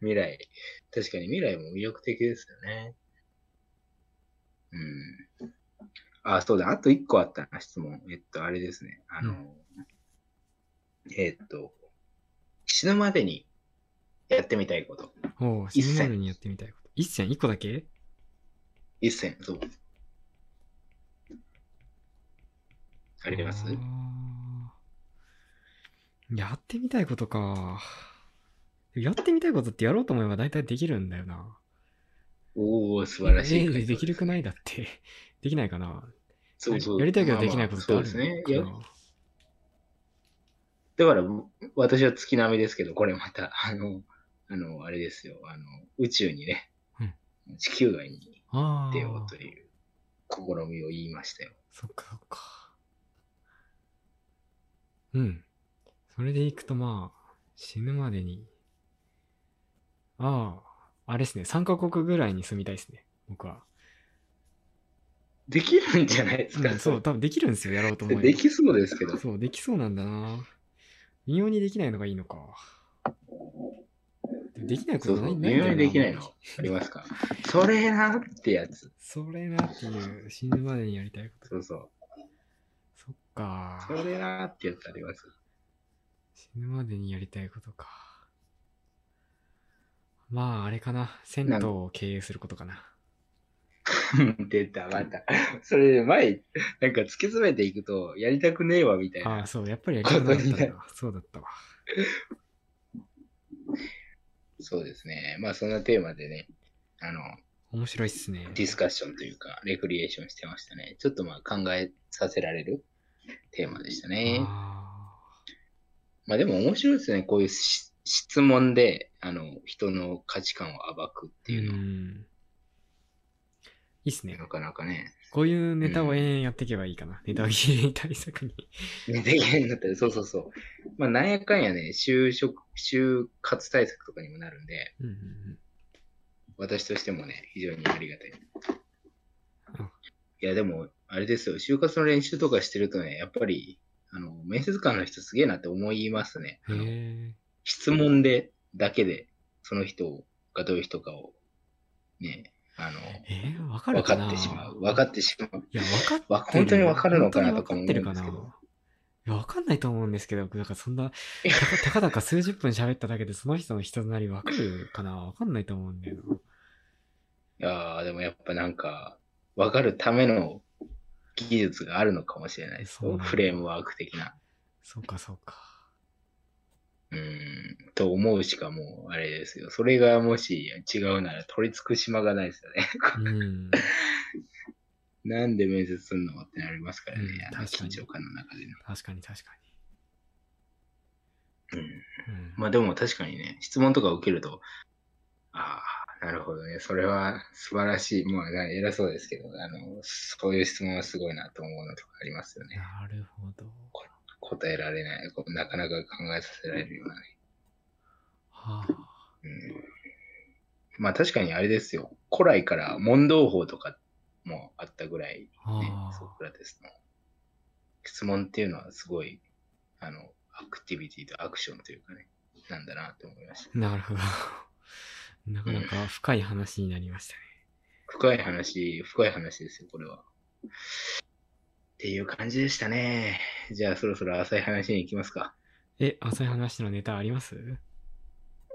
Speaker 1: 未来。確かに未来も魅力的ですよね。うん。あ、そうだ。あと一個あったな、質問。えっと、あれですね。あの、
Speaker 2: う
Speaker 1: えっと、死ぬまでにやってみたいこと。
Speaker 2: おう、死ぬまでにやってみたいこと。一戦一個だけ
Speaker 1: 一戦、そう。あります
Speaker 2: あーやってみたいことか。やってみたいことってやろうと思えば大体できるんだよな。
Speaker 1: おお、素晴らしい
Speaker 2: え
Speaker 1: 回答す。
Speaker 2: できるくないだって。 できないかな。
Speaker 1: そうそう。
Speaker 2: やりたいけど
Speaker 1: まあま
Speaker 2: で
Speaker 1: あ
Speaker 2: きないことってあるのか
Speaker 1: そう
Speaker 2: な
Speaker 1: ですね。いやだから、私は月並みですけど、これまた、あの、あの、あれですよ、あの、宇宙にね、地球外に
Speaker 2: あ
Speaker 1: 出よ
Speaker 2: あ
Speaker 1: う。という試みを言いましたよ。
Speaker 2: そっかそっか。うん。それでいくとまあ、死ぬまでに。ああ、あれですね。3カ国ぐらいに住みたいですね。僕は。
Speaker 1: できるんじゃないですか、
Speaker 2: うんそう、多分できるんですよ。やろうと思えば。
Speaker 1: できそうですけど、
Speaker 2: そう、できそうなんだな。微妙にできないのがいいのか。でもできないこ
Speaker 1: そ
Speaker 2: と
Speaker 1: う
Speaker 2: な
Speaker 1: そ
Speaker 2: い
Speaker 1: うん
Speaker 2: だ
Speaker 1: 微
Speaker 2: よな
Speaker 1: 妙にできないの
Speaker 2: あんまり
Speaker 1: ありますかそれなってやつ。
Speaker 2: それなっていう、死ぬまでにやりたいこと。
Speaker 1: そうそう。
Speaker 2: そっか
Speaker 1: そ。れなってやつあります。
Speaker 2: 死ぬまでにやりたいことか。まあ、あれかな。銭湯を経営することかな。
Speaker 1: 出た、また。それで前、なんか突き詰めていくと、やりたくねえわ、みたい
Speaker 2: あ
Speaker 1: な
Speaker 2: あ、。そう、やっぱりやりたくなかったん だ。そうだったわ。
Speaker 1: そうですね。まあ、そんなテーマでね、あの、
Speaker 2: 面白いっすね。
Speaker 1: ディスカッションというか、レクリエーションしてましたね。ちょっとまあ考えさせられるテーマでしたね。
Speaker 2: あ
Speaker 1: まあでも面白いですね。こういうし質問で、あの、人の価値観を暴くっ
Speaker 2: ー
Speaker 1: ていうのは、
Speaker 2: んいいっすね。
Speaker 1: なかなかね、
Speaker 2: こういうネタを延々やっていけばいいかな。ネタ切れ対策に。
Speaker 1: ねできるようになったり、そうそうそう。まあなんやかんやね、就職、就活対策とかにもなるんで、
Speaker 2: うんうんうん
Speaker 1: 私としてもね、非常にありがたい
Speaker 2: うん。
Speaker 1: いやでも、あれですよ、就活の練習とかしてるとね、やっぱり、あの、面接官の人すげえなって思いますね。あの
Speaker 2: へえ。
Speaker 1: 質問で、だけで、その人がどういう人かを、ね、あの、
Speaker 2: えー、わかる
Speaker 1: 分か
Speaker 2: かな
Speaker 1: ってしまう。分かってしまう。
Speaker 2: いや、わか
Speaker 1: わ
Speaker 2: ってる。
Speaker 1: 本当にわかるのかな
Speaker 2: 本
Speaker 1: と
Speaker 2: 当
Speaker 1: かも思う
Speaker 2: にわ
Speaker 1: ん
Speaker 2: って
Speaker 1: で
Speaker 2: る
Speaker 1: す
Speaker 2: か
Speaker 1: け
Speaker 2: な。い
Speaker 1: ど。
Speaker 2: や、わかんないと思うんですけど、なんかそんな、たかたか だか数十分喋っただけでその人の人なりわかるかなわかんないと思うんだよな。
Speaker 1: いやーでもやっぱなんか、分かるための技術があるのかもしれないです
Speaker 2: そうな
Speaker 1: よ。
Speaker 2: んだ
Speaker 1: フレームワーク的な。
Speaker 2: そうか、そうか。
Speaker 1: うーん、と思うしかもう、あれですよ。それがもし違うなら取り付く島がないですよね。
Speaker 2: うん。
Speaker 1: なんで面接すんのってなりますからね
Speaker 2: うん。
Speaker 1: あの
Speaker 2: 確か
Speaker 1: 緊
Speaker 2: に
Speaker 1: 張感の中での。
Speaker 2: 確かに、確か
Speaker 1: うん
Speaker 2: に。うん。
Speaker 1: まあでも確かにね、質問とか受けると、ああ、なるほどね、それは素晴らしい、まあな偉そうですけど、あの、そういう質問はすごいなと思うのとかありますよね。
Speaker 2: なるほど。
Speaker 1: 答えられない、こうなかなか考えさせられるようなね。
Speaker 2: はあ。
Speaker 1: うん、まあ確かにあれですよ、古来から問答法とかもあったぐらい、ね
Speaker 2: は、
Speaker 1: ソ
Speaker 2: あ。
Speaker 1: クラテスの質問っていうのはすごい、あの、アクティビティとアクションというかね、なんだなと思いました。
Speaker 2: なるほど。 なかなか深い話になりましたね。
Speaker 1: 深い話、深い話ですよ、これは。っていう感じでしたね。じゃあそろそろ浅い話に行きますか。
Speaker 2: え、浅い話のネタあります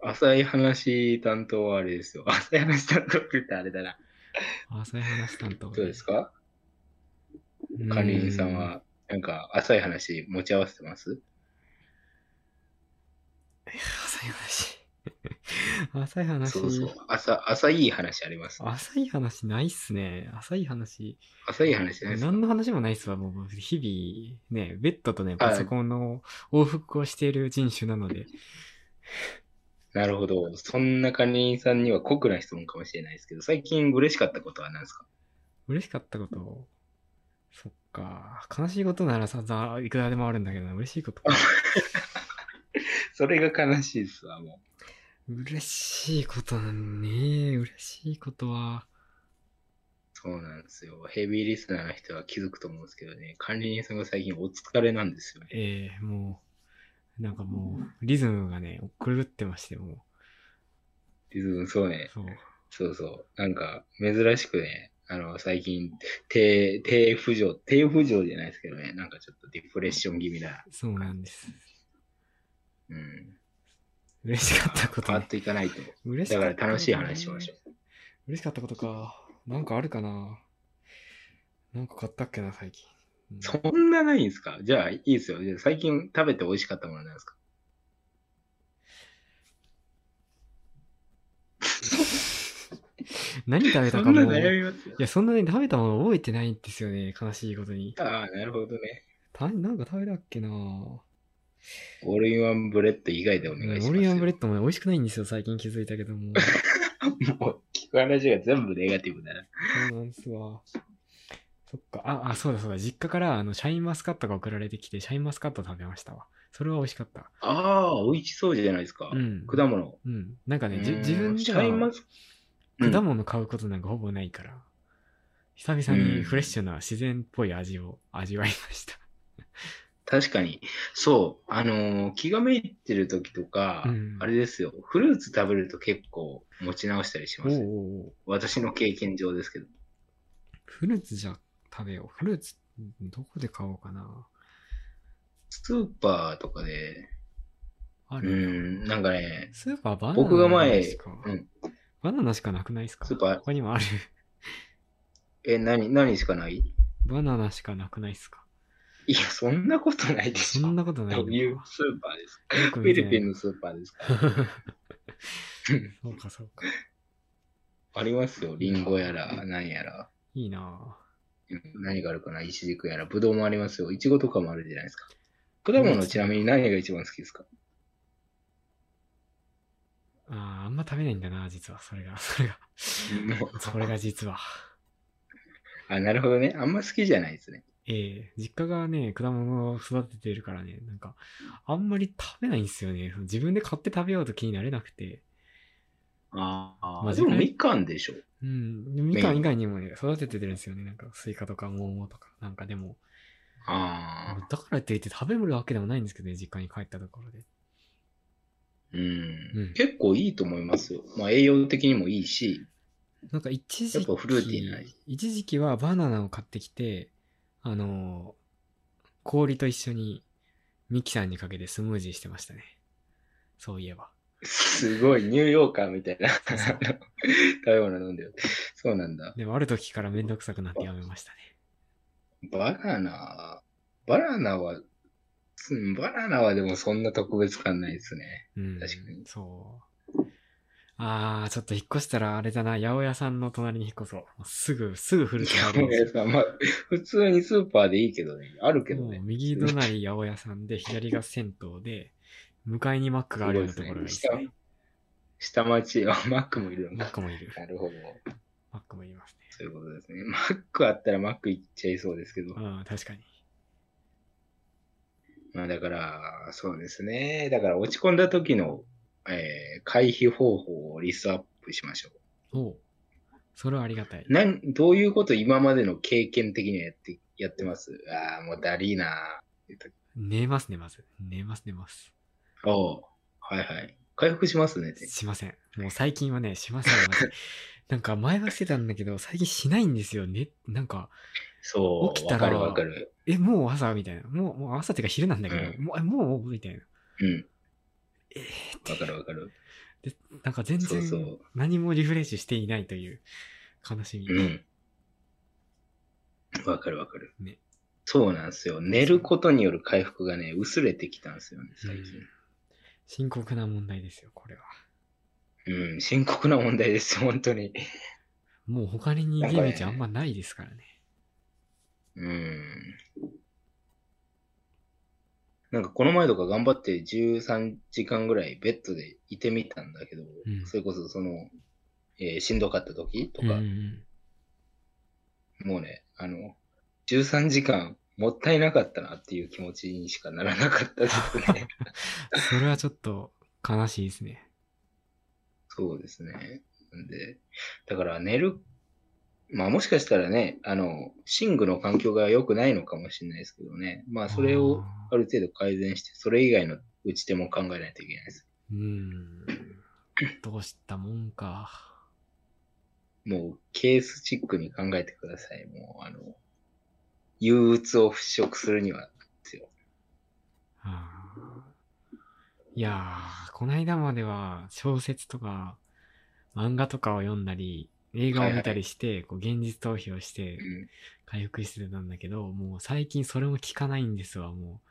Speaker 1: 浅い話担当はあれですよ。浅い話担当って言ったらあれだな。
Speaker 2: 浅い話担当。
Speaker 1: どうですか
Speaker 2: うん
Speaker 1: 管理人さんは、なんか浅い話持ち合わせてます
Speaker 2: 浅い話。 浅い話。
Speaker 1: そうそう。浅、浅い話あります。
Speaker 2: 浅い話ないっすね。浅い話。
Speaker 1: 浅い話じゃないですか。
Speaker 2: 何の話もないっすわ。もう日々、ね、ベッドとね、
Speaker 1: はい
Speaker 2: パソコンの往復をしている人種なので。
Speaker 1: なるほど。そんな管理人さんには酷な質問かもしれないですけど、最近嬉しかったことは何ですか
Speaker 2: 嬉しかったこと。そっか。悲しいことならさ、ざいくらでもあるんだけどな。嬉し いことか。
Speaker 1: それが悲しいですわ、も
Speaker 2: 嬉しいことだね。嬉しいことは。
Speaker 1: う。そうなんですよ。ヘビーリスナーの人は気づくと思うんですけどね、管理人さんが最近お疲れなんですよね。
Speaker 2: えー、もう、なんかもう、リズムがね、狂ってまして、も
Speaker 1: リズム、そう
Speaker 2: う。
Speaker 1: ね。
Speaker 2: そう。
Speaker 1: そうそう。なんか、珍しくね、あの、最近、低、低浮上、低浮上じゃないですけどね、なんかちょっとディプレッション気味な、
Speaker 2: そうなんです。
Speaker 1: うん。
Speaker 2: 嬉しかったこと、
Speaker 1: 変わ
Speaker 2: ね
Speaker 1: っ。ていかないと。
Speaker 2: 嬉し
Speaker 1: だ
Speaker 2: か
Speaker 1: か
Speaker 2: っ
Speaker 1: ら
Speaker 2: たことね
Speaker 1: 楽しい話しましょう。
Speaker 2: 嬉しかったことか。なんかあるかな。なんか買ったっけな、最近。うん
Speaker 1: そんなないんですかじゃあ、いいですよ。じゃあ最近食べて美味しかったものなんですか
Speaker 2: 何食べ
Speaker 1: そん
Speaker 2: たか
Speaker 1: な
Speaker 2: も。
Speaker 1: 悩
Speaker 2: い
Speaker 1: みますよ。
Speaker 2: や、そんなね、食べたもの覚えてないんですよね。悲しいことに。
Speaker 1: ああ、なるほどね。
Speaker 2: たなんか食べたっけなぁ。
Speaker 1: オールインワンブレッド以外でお願いします。
Speaker 2: オリアンブレ
Speaker 1: ッ
Speaker 2: ッドもね美味しくないんですよ、最近気づいたけども。
Speaker 1: ド。もう、聞く話が全部ネガティブだな。
Speaker 2: そうなんすわ。そっか。あ、あ、そうだそうだ。実家から、あの、シャインマスカットが送られてきて、シャインマスカット食べましたわ。それは美味しかった。
Speaker 1: ああ、美味しそうじゃないですか。
Speaker 2: うん。
Speaker 1: 果物。
Speaker 2: うん。なんかね、じ
Speaker 1: うん
Speaker 2: 自分
Speaker 1: シ
Speaker 2: で
Speaker 1: ャインマ
Speaker 2: は
Speaker 1: スうん
Speaker 2: 果物買うことなんかほぼないから、久々にフレッシュな自然っぽい味を味わいました。
Speaker 1: 確かに。そう。あのー気がめいてる時とか、
Speaker 2: うん
Speaker 1: あれですよ。フルーツ食べると結構持ち直したりし
Speaker 2: お
Speaker 1: ま
Speaker 2: うお
Speaker 1: す。
Speaker 2: うおう
Speaker 1: 私の経験上ですけど。
Speaker 2: フルーツじゃ食べよう。フルーツ、どこで買おうかな。
Speaker 1: スーパーとかで、
Speaker 2: あ
Speaker 1: う
Speaker 2: る、
Speaker 1: ん、なんかね、
Speaker 2: スーパーバナナ
Speaker 1: 僕が前
Speaker 2: しか、
Speaker 1: うん
Speaker 2: バナナしかなくないですか
Speaker 1: スーパー
Speaker 2: 他にもある。
Speaker 1: え、何、何しかない
Speaker 2: バナナしかなくないですか
Speaker 1: いや、そんなことないでし
Speaker 2: そん
Speaker 1: ょ。
Speaker 2: なことない
Speaker 1: どう
Speaker 2: のか
Speaker 1: いうスーパーですか
Speaker 2: よく
Speaker 1: フ
Speaker 2: 見
Speaker 1: ィ
Speaker 2: て
Speaker 1: リ
Speaker 2: ない
Speaker 1: ピンのスーパーですか
Speaker 2: そうかそうか。
Speaker 1: ありますよ。リンゴやら、何やら。
Speaker 2: いいな
Speaker 1: 何があるかなイチジクやら、ブドウもありますよ。イチゴとかもあるじゃないですか。果物ちなみに何が一番好きですか
Speaker 2: ぁ。あーあんま食べないんだな、実は。それが。それが。それが実は。
Speaker 1: あ、なるほどね。あんま好きじゃないですね。
Speaker 2: ええ実家がね、果物を育ててるからね、なんか、あんまり食べないんですよね。その自分で買って食べようと気になれなくて。
Speaker 1: ああ
Speaker 2: まあ
Speaker 1: でも
Speaker 2: 自分
Speaker 1: みかんでしょ。
Speaker 2: うん。でもみかん以外にもね、育ててるんですよね。なんか、スイカとか桃とか。なんかでも、
Speaker 1: ああ。
Speaker 2: だからって言って食べるわけでもないんですけどね、実家に帰ったところで。
Speaker 1: うん。
Speaker 2: うん
Speaker 1: 結構いいと思いますよ。まあ栄養的にもいいし。
Speaker 2: なんか一時期、
Speaker 1: やっぱフルーティーな味
Speaker 2: 一時期はバナナを買ってきて、あのー氷と一緒にミキサーにかけてスムージーしてましたね。そういえば。
Speaker 1: すごい、ニューヨーカーみたい な
Speaker 2: うそう
Speaker 1: 食べ物飲んでる。そうなんだ。
Speaker 2: でもある時からめんどくさくなってやめましたね。
Speaker 1: バナナ、バナナは、うんバナナはでもそんな特別感ないですね。
Speaker 2: うん。
Speaker 1: 確かに
Speaker 2: そう。あー、ちょっと引っ越したらあれだな、八百屋さんの隣に引っ越そう。もうすぐ、すぐフルーツ
Speaker 1: 八
Speaker 2: 入る
Speaker 1: 百
Speaker 2: んです
Speaker 1: 屋
Speaker 2: よ
Speaker 1: さん、まあ、普通にスーパーでいいけどね。あるけど
Speaker 2: もう
Speaker 1: ね。
Speaker 2: 右隣八百屋さんで、左が銭湯で、向かいにマックがあるようなところがいいです
Speaker 1: すごい
Speaker 2: ね
Speaker 1: で。下町、あ、マックもいるの
Speaker 2: マッ
Speaker 1: か。
Speaker 2: クもいる。
Speaker 1: なるほど。
Speaker 2: マックもいますね。
Speaker 1: そういうことですね。マックあったらマック行っちゃいそうですけど。
Speaker 2: うん、確かに。
Speaker 1: まあだから、そうですね。だから落ち込んだ時の、えー回避方法をリストアップしましょ
Speaker 2: おうそれはありがたい。
Speaker 1: う。なん、どういうこと今までの経験的にはやって、やってますああ、もうだりーな
Speaker 2: 寝ます、寝ます。寝ます、寝ます。
Speaker 1: ー。おうはいはい。回復しますねって。
Speaker 2: しません。もう最近はね、しません。マジでなんか前はしてたんだけど、最近しないんですよ。ね、なんか、
Speaker 1: そ
Speaker 2: 起
Speaker 1: う、
Speaker 2: きた
Speaker 1: わ
Speaker 2: ら
Speaker 1: かるわかる。
Speaker 2: え、もう朝みたいな。もう、もう朝っていうか昼なんだけど、
Speaker 1: う
Speaker 2: もうえ、もうみたいな。
Speaker 1: うん。
Speaker 2: えー
Speaker 1: わかるわかる。
Speaker 2: なんか全
Speaker 1: そうそ
Speaker 2: 然
Speaker 1: う
Speaker 2: 何もリフレッシュしていないという悲しみ。
Speaker 1: うん。わかるわかる。
Speaker 2: ね
Speaker 1: そうなんですよ。寝ることによる回復がね、薄れてきたんですよね、最近。
Speaker 2: 深刻な問題ですよ、これは。
Speaker 1: うん、深刻な問題です、 本当に。
Speaker 2: もう他に逃げ道あんまないですからね。
Speaker 1: うん。なんかこの前とか頑張って13時間ぐらいベッドでいてみたんだけど、
Speaker 2: うん
Speaker 1: それこそその、えーしんどかった時とか、
Speaker 2: うんうん
Speaker 1: もうね、あの、13時間もったいなかったなっていう気持ちにしかならなかったですね。
Speaker 2: それはちょっと悲しいですね。
Speaker 1: そうですね。なんで、だから寝る、まあもしかしたらね、あの、寝具の環境が良くないのかもしれないですけどね。まあそれを
Speaker 2: あ
Speaker 1: ある程度改善して、それ以外の打ち手も考えないといけないです。
Speaker 2: ー。うん。どうしたもんか。
Speaker 1: もうケースチックに考えてください。もうあの、憂鬱を払拭するにはですよ。
Speaker 2: あーいやー、こないだまでは小説とか漫画とかを読んだり、映画を見たりして、こう現実逃避をし
Speaker 1: う
Speaker 2: て
Speaker 1: ん。
Speaker 2: 回復してたんだけど、もう最近それも聞かないんですわ、も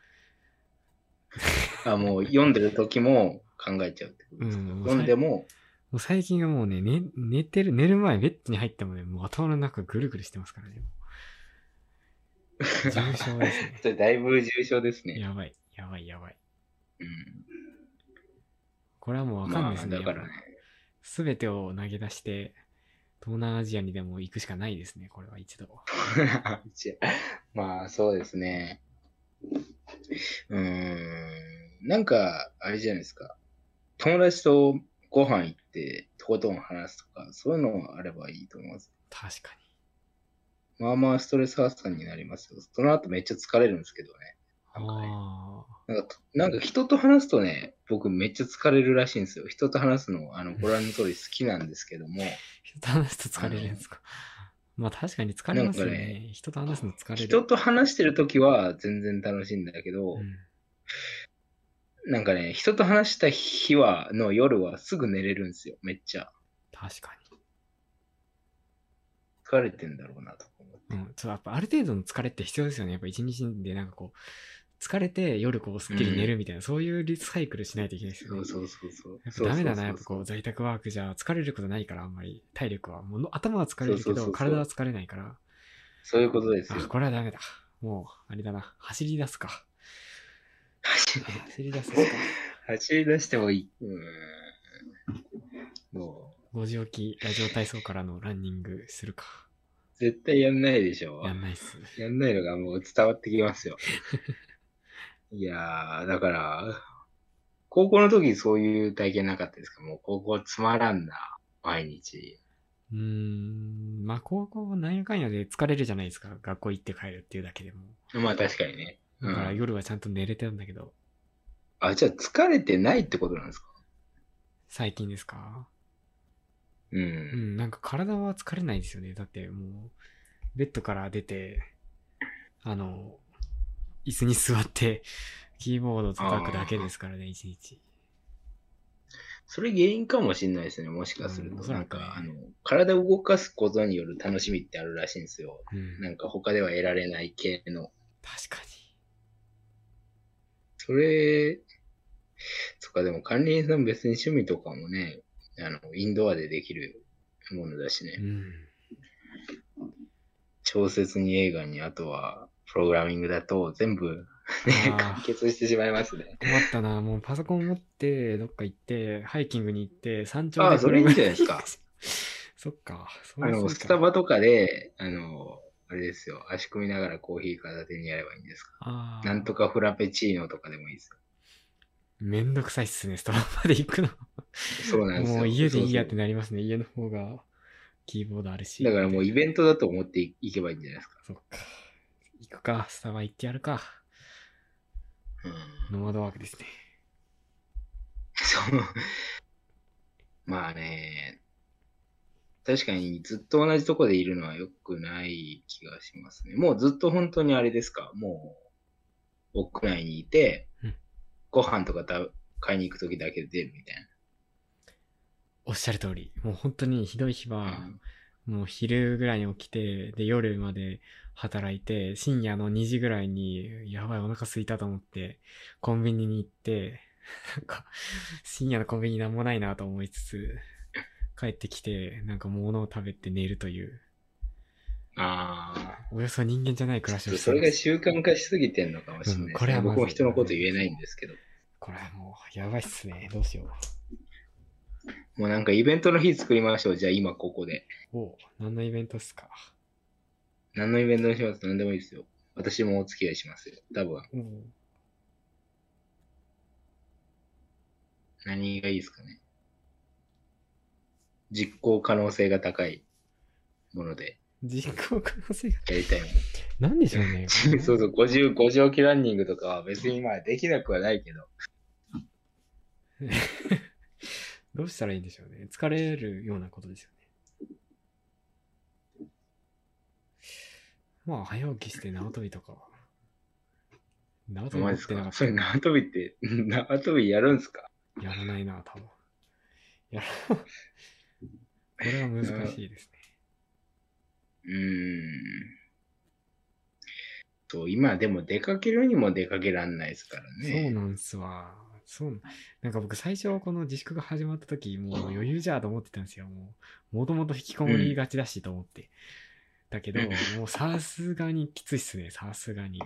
Speaker 1: あ、もう読んでる時も考えちゃうってこ
Speaker 2: う。
Speaker 1: と
Speaker 2: う
Speaker 1: ですか。
Speaker 2: ん、
Speaker 1: 読んでも。
Speaker 2: ももう最近はもうね、寝、寝てる、寝る前、ベッドに入ってもね、もう頭の中ぐるぐるしてますからね。重症ですね
Speaker 1: それだいぶ重症ですね。
Speaker 2: やばい、やばい、やばい。
Speaker 1: うん。
Speaker 2: これはもうわかんないですね。
Speaker 1: まあ、だからね。
Speaker 2: すべてを投げ出して、東南アジアにでも行くしかないですね、これは一度。
Speaker 1: まあ、そうですね。うーん。なんか、あれじゃないですか。友達とご飯行って、とことん話すとか、そういうのがあればいいと思うんです。
Speaker 2: 確かに。
Speaker 1: まあまあ、ストレス発散になりますよ。その後めっちゃ疲れるんですけどね。なんかね
Speaker 2: あ
Speaker 1: なんかと、なんか人と話すとね、僕めっちゃ疲れるらしいんですよ。人と話すの、あの、ご覧の通り好きなんですけど も、
Speaker 2: あ。人と話すと疲れるんですか。まあ確かに疲れますよね。
Speaker 1: なんか
Speaker 2: 人と話すの疲れる。
Speaker 1: 人と話してるときは全然楽しいんだけど、
Speaker 2: うん
Speaker 1: なんかね、人と話した日は、の夜はすぐ寝れるんですよ、めっちゃ。
Speaker 2: 確か
Speaker 1: 疲れてんだろうなと思って。
Speaker 2: に。うん。そう、やっぱある程度の疲れって必要ですよね。やっぱ一日でなんかこう、疲れて夜こうすっきり寝るみたいな、そういうリサイクルしないといけないですよ
Speaker 1: そ
Speaker 2: ね
Speaker 1: う。そうそうそう。
Speaker 2: やっぱダメだな、や
Speaker 1: そうそう
Speaker 2: っぱ
Speaker 1: そう
Speaker 2: こう在宅ワークじゃ疲れることないから、あんまり体力は。もうの頭は疲れる
Speaker 1: そ
Speaker 2: け
Speaker 1: うそうそうそ
Speaker 2: ど、
Speaker 1: う
Speaker 2: 体は疲れないから。
Speaker 1: そういうことですよ
Speaker 2: あ、。これはダメだ。もう、あれだな。走り出すか。
Speaker 1: 走り
Speaker 2: 走り出 すか。
Speaker 1: 走り出してもいい。うーん。もう、
Speaker 2: 5時起き、ラジオ体操からのランニングするか。
Speaker 1: 絶対やんないでしょ。
Speaker 2: やんないっす。
Speaker 1: やんないのがもう伝わってきますよ。 いやー、だから、高校の時そういう体験なかったですかもう高校つまらんな、毎日。
Speaker 2: うーん、まあ、高校なんやかんやで疲れるじゃないですか。学校行って帰るっていうだけでも。
Speaker 1: まあ確かにね。う
Speaker 2: だから
Speaker 1: ん、
Speaker 2: 夜はちゃんと寝れてるんだけど、
Speaker 1: あ、じゃあ疲れてないってことなんですか
Speaker 2: 最近ですか
Speaker 1: う。
Speaker 2: うんん、なんか体は疲れないですよね。だってもう、ベッドから出て、あの、椅子に座って、キーボード叩くだけですからね、一日。
Speaker 1: それ原因かもしれないですね、もしかする
Speaker 2: うんお
Speaker 1: と。
Speaker 2: そ
Speaker 1: な
Speaker 2: ら
Speaker 1: ん
Speaker 2: くね
Speaker 1: か、あの、体を動かすことによる楽しみってあるらしいんですよ。
Speaker 2: うん、
Speaker 1: なんか他では得られない系の。
Speaker 2: 確かに。
Speaker 1: それ、そっか、でも管理人さん別に趣味とかもね、あの、インドアでできるものだしね。
Speaker 2: うん。
Speaker 1: 小説に映画に、あとは、プログラミングだと、全部、ね
Speaker 2: あ、ー
Speaker 1: 完結してしまいますね。
Speaker 2: 困ったな。もうパソコン持って、どっか行って、ハイキングに行って、山頂
Speaker 1: あ
Speaker 2: で
Speaker 1: あそれいいんじゃ
Speaker 2: 車
Speaker 1: ないですか。
Speaker 2: そっか。そ
Speaker 1: あ
Speaker 2: れはそ
Speaker 1: の、
Speaker 2: うか
Speaker 1: スタバとかで、あの、あれですよ、足組みながらコーヒー片手にやればいいんですか。
Speaker 2: ああ
Speaker 1: なんとかフラペチーノとかでもいいですよ。
Speaker 2: めんどくさいっすね、スタバまで行くの。
Speaker 1: そう なんですよ。
Speaker 2: もう家でいいやって
Speaker 1: ね。
Speaker 2: なりますね。家の方がキーボードあるし。
Speaker 1: だからもうイベントだと思っていいけばいいんじゃないですか。
Speaker 2: そっか。行くか、スタバ行ってやるか。
Speaker 1: うん。
Speaker 2: ノマドワークですね。
Speaker 1: そう。まあね、確かにずっと同じとこでいるのは良くない気がしますね。もうずっと本当にあれですか、もう屋内にいて
Speaker 2: うん、
Speaker 1: ご飯とか食べ買いに行くときだけで出るみたい
Speaker 2: おっしゃる通り。もう本当にひどい日
Speaker 1: な。
Speaker 2: は、もう昼ぐらいに起きて、で、夜まで働いて、深夜の2時ぐらいに、やばい、お腹空いたと思って、コンビニに行って、なんか、深夜のコンビニなんもないなと思いつつ、帰ってきて、なんか物を食べて寝るという、
Speaker 1: あ
Speaker 2: およそ人間じゃない暮らし
Speaker 1: あ、
Speaker 2: をし
Speaker 1: そ
Speaker 2: て
Speaker 1: れが
Speaker 2: ます。
Speaker 1: 習慣化しすぎてんのかもしれないですね、
Speaker 2: うんこれはまずい
Speaker 1: 僕も人のこと言えないんですけど。
Speaker 2: これはもう、やばいっすね。どうしよ
Speaker 1: もうなんかイベントの日作りましょう。じゃあ今ここで。
Speaker 2: う。おう何のイベントっすか。
Speaker 1: 何のイベントにします何でもいいですよ。私もお付き合いしますよ。多分。
Speaker 2: おう
Speaker 1: 何がいいですかね。実行可能性が高いもので
Speaker 2: 実行可能性が。
Speaker 1: やりたいもの。。
Speaker 2: なんでしょうね
Speaker 1: そうそう、50、50置きランニングとかは別にまあできなくはないけど。
Speaker 2: どうしたらいいんでしょうね。疲れるようなことですよね。まあ、早起きして縄跳びとかは。縄跳び
Speaker 1: マ
Speaker 2: 持
Speaker 1: ジ
Speaker 2: っ
Speaker 1: です
Speaker 2: てなか
Speaker 1: か
Speaker 2: っ
Speaker 1: それ縄跳
Speaker 2: た
Speaker 1: びって、縄跳びやるんすか
Speaker 2: やらないな、多分。やら これは難しいですね。
Speaker 1: うーん。そう、今でも出かけるにも出かけらんないですから
Speaker 2: そう
Speaker 1: ね。
Speaker 2: なんすわ。そうななんか僕最初この自粛が始まった時もう余裕じゃーと思ってたんですよもうもともと引きこもりがちだしと思って、だけどもうさすがにきついっすねさすがに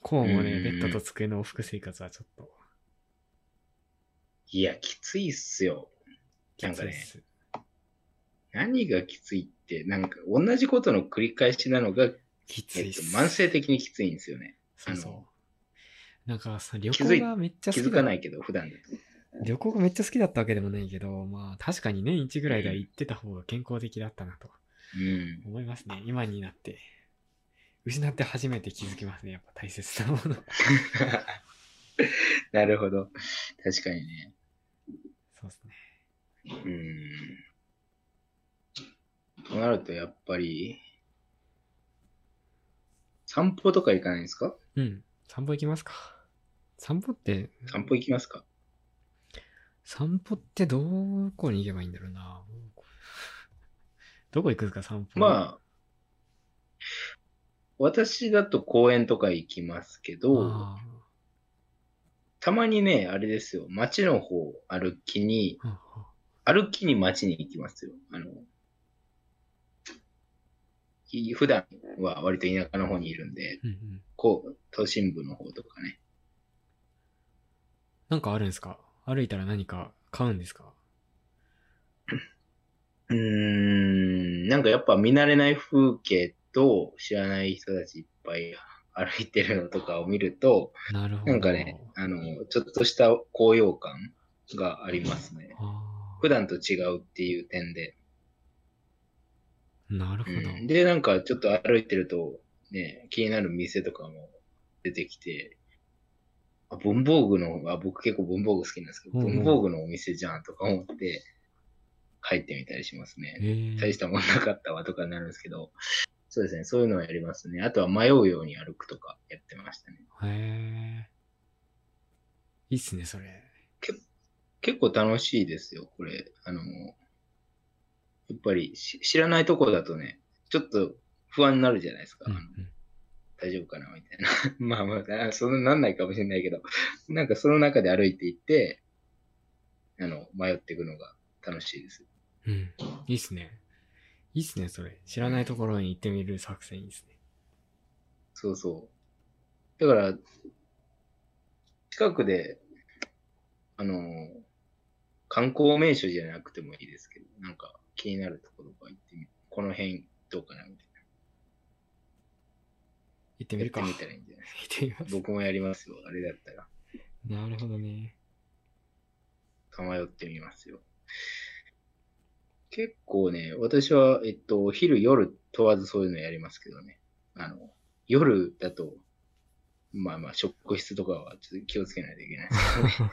Speaker 2: こうもね
Speaker 1: うん
Speaker 2: ベッドと机の往復生活はちょっと
Speaker 1: いや、きついっすよ。
Speaker 2: きついっす、
Speaker 1: 何がきついって、なんか同じことの繰り返しなのが、
Speaker 2: きつ
Speaker 1: え
Speaker 2: いっ
Speaker 1: っと
Speaker 2: す、、
Speaker 1: 慢性的にきついんですよね。
Speaker 2: そう
Speaker 1: あ
Speaker 2: そ
Speaker 1: の
Speaker 2: うなんかさ旅
Speaker 1: 気づい
Speaker 2: 行がめっちゃ好
Speaker 1: 気
Speaker 2: き
Speaker 1: づか
Speaker 2: だ
Speaker 1: ないけど、普段だと。
Speaker 2: 旅行がめっちゃ好きだったわけでもないけどまあ確かに年一ぐらいでは行ってた方が健康的だったなと
Speaker 1: うん。
Speaker 2: 思いますね今になって失って初めて気づきますねやっぱ大切なもの
Speaker 1: なるほど。確かにね。
Speaker 2: そうですね
Speaker 1: うん。となると、やっぱり、散歩とか行かないんですか
Speaker 2: うん散歩行きますか散歩って
Speaker 1: 散歩行きますか
Speaker 2: 散歩ってどこに行けばいいんだろうなどこ行くんですか散歩
Speaker 1: まあ、私だと公園とか行きますけど、
Speaker 2: あ
Speaker 1: たまにね、あれですよ、街の方歩きに、
Speaker 2: あああ
Speaker 1: 歩きに街に行きますよ。あの、い普段は割と田舎の方にいるんで、
Speaker 2: うんうん
Speaker 1: こう、都心部の方とかね。
Speaker 2: なんかあるんですか歩いたら何か買うんですか
Speaker 1: うーん、なんかやっぱ見慣れない風景と知らない人たちいっぱい歩いてるのとかを見ると、
Speaker 2: なるほど
Speaker 1: なんかね、あの、ちょっとした高揚感がありますね。
Speaker 2: あ
Speaker 1: 普段と違うっていう点で。
Speaker 2: あなるほど、
Speaker 1: うんで、なんかちょっと歩いてると、ね、気になる店とかも出てきて、あ文房具の、あ僕結構文房具好きなんですけど、
Speaker 2: うんうん
Speaker 1: 文房具のお店じゃんとか思って、帰ってみたりしますね。
Speaker 2: え
Speaker 1: 大したもんなかったわとかになるんですけど、そうですね、そういうのはやりますね。あとは迷うように歩くとかやってましたね。
Speaker 2: へえいいっすねそれ
Speaker 1: 結構楽しいですよ、これ。あの、やっぱりし知らないとこだとね、ちょっと不安になるじゃないですか。
Speaker 2: うんう
Speaker 1: あの
Speaker 2: ん
Speaker 1: 大丈夫かなみたいな。 まあまあ、あそんななんないかもしれないけど、なんかその中で歩いていって、あの、迷っていくのが楽しいです。
Speaker 2: うんいいっすねいいっすねそれ知らないところに行ってみる作戦いいっすね
Speaker 1: そうそう。だから、近くで、あの、観光名所じゃなくてもいいですけど、なんか気になるところとか行ってみこの辺どうかなみたい
Speaker 2: 行って
Speaker 1: な。
Speaker 2: み
Speaker 1: やっ
Speaker 2: るか
Speaker 1: て
Speaker 2: 行
Speaker 1: み
Speaker 2: った
Speaker 1: らいいんじゃない
Speaker 2: てみます
Speaker 1: 僕もやりますよ。あれだったら。
Speaker 2: なるほどね
Speaker 1: さまよってみますよ。結構ね、私は、えっと、昼、夜問わずそういうのやりますけどね。あの、夜だと、まあまあ、職室とかはちょっと気をつけないといけないですけどね。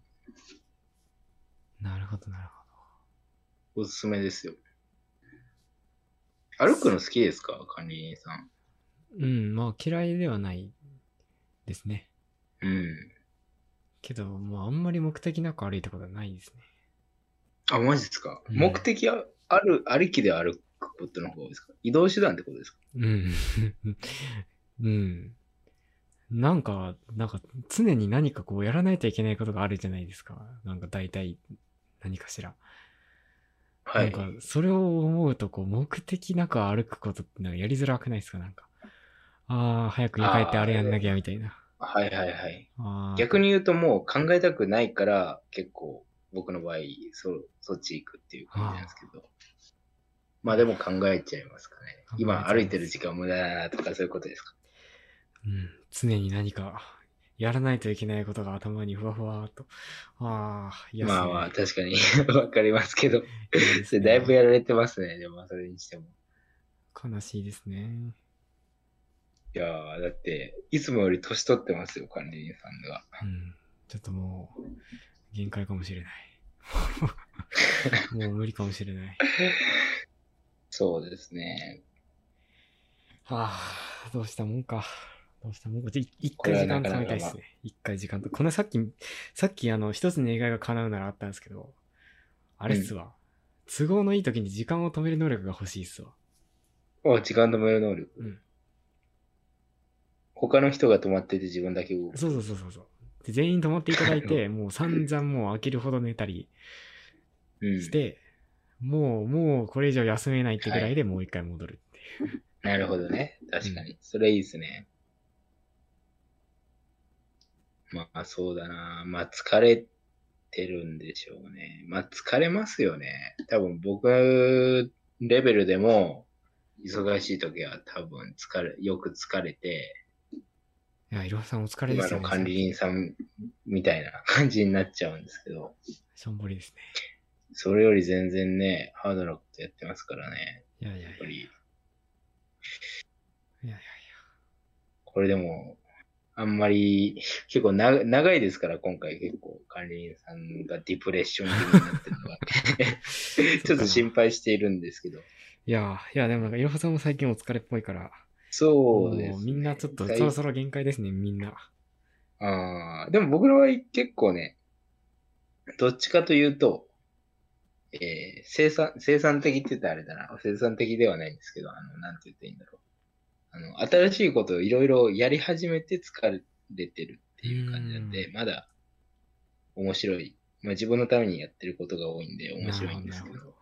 Speaker 1: うん。
Speaker 2: なるほどなる
Speaker 1: おすすめですよ。歩くの好きですか管理人さん。
Speaker 2: ほどうんまあ嫌いではないですね
Speaker 1: うん。
Speaker 2: けどまああんまり目的なく歩いたことはないですね
Speaker 1: あ、マジですか、
Speaker 2: うん
Speaker 1: 目的あある、ありきで歩くことの方が多いですか移動手段ってことですか
Speaker 2: うん。 うん。なんか、なんか、常に何かこうやらないといけないことがあるじゃないですか。なんか大体、何かしら。
Speaker 1: は。
Speaker 2: ないんか、それを思うと、こう、目的なく歩くことってなんかやりづらくないですかなんか。ああ、早く家帰ってあれやんなきゃ、みたいな。
Speaker 1: はいはいはい。
Speaker 2: あー
Speaker 1: 逆。に言うともう考えたくないから結構僕の場合そそっち行くっていう感じなんですけどまあでも考えちゃいますかね
Speaker 2: 考えちゃいま
Speaker 1: 今
Speaker 2: す
Speaker 1: 歩いてる時間無駄だなとかそういうことですか
Speaker 2: うん。常に何か、やらないといけないことが頭にふわふわーっと。ああ、いや
Speaker 1: まあまあ確かに わかりますけどそ れだいぶ
Speaker 2: や
Speaker 1: やられてますねでもそれにしても
Speaker 2: 悲しいですね。
Speaker 1: いやーだっていつもより年取ってますよ管理人さんが
Speaker 2: うん、ちょっともう、限界かもし れない。もう無理かもしれない。
Speaker 1: そうですね
Speaker 2: はあ、どうしたもんか。どうしたもんか。じゃ、い一
Speaker 1: これ
Speaker 2: 回
Speaker 1: は
Speaker 2: 時間
Speaker 1: なか
Speaker 2: 止
Speaker 1: なか
Speaker 2: めたいですね。一回時間と。このさっき、さっきあの、一つの願いが叶うならあったんですけど、あれっすわ。都合のいい時に時間を止める能力が欲しいっすわ。
Speaker 1: お時間止める能力、
Speaker 2: うん
Speaker 1: 他の人が止まってて自分だけ動く
Speaker 2: そうそうそうそうそう。で全員泊まっていただい て、もう散々もう飽きるほど寝たり
Speaker 1: うん。
Speaker 2: して、もう、もうこれ以上休めないってぐらいでもう一回戻るっていう。
Speaker 1: なるほどね。確かに。それいいですね。まあ、そうだな。まあ、疲れてるんでしょうね。まあ、疲れますよね。多分、僕レベルでも、忙しい時は多分疲れ、よく疲れて、
Speaker 2: いや、いろはさんお疲れで
Speaker 1: 今
Speaker 2: すよ
Speaker 1: の
Speaker 2: ね。
Speaker 1: 管理人さんみたいな感じになっちゃうんですけど、
Speaker 2: しょんぼりですね。
Speaker 1: それより全然ね、ハードなことやってますからね。
Speaker 2: いやいや
Speaker 1: や
Speaker 2: い
Speaker 1: っぱ
Speaker 2: や。い
Speaker 1: り、
Speaker 2: やいやいや。
Speaker 1: これでも、あんまり、結構な長いですから、今回結構管理人さんがディプレッション気味になってるの が、 ちょっと心配しているんですけど。
Speaker 2: いや、いや、でもなんかいろはさんも最近お疲れっぽいから、
Speaker 1: そうです、
Speaker 2: も
Speaker 1: ね。
Speaker 2: うみんなちょっと
Speaker 1: 最
Speaker 2: そろそろ限界ですね、みんな。
Speaker 1: あーでも僕の場合結構ね、どっちかというと、えー生産、生産的って言ったらあれだな。生産的ではないんですけど、あの、なんて言っていいんだろう。あの、新しいことをいろいろやり始めて疲れてるっていう感じなんで、まだ面白い。まあ自分のためにやってることが多いんで面白いんですけど
Speaker 2: なるほ、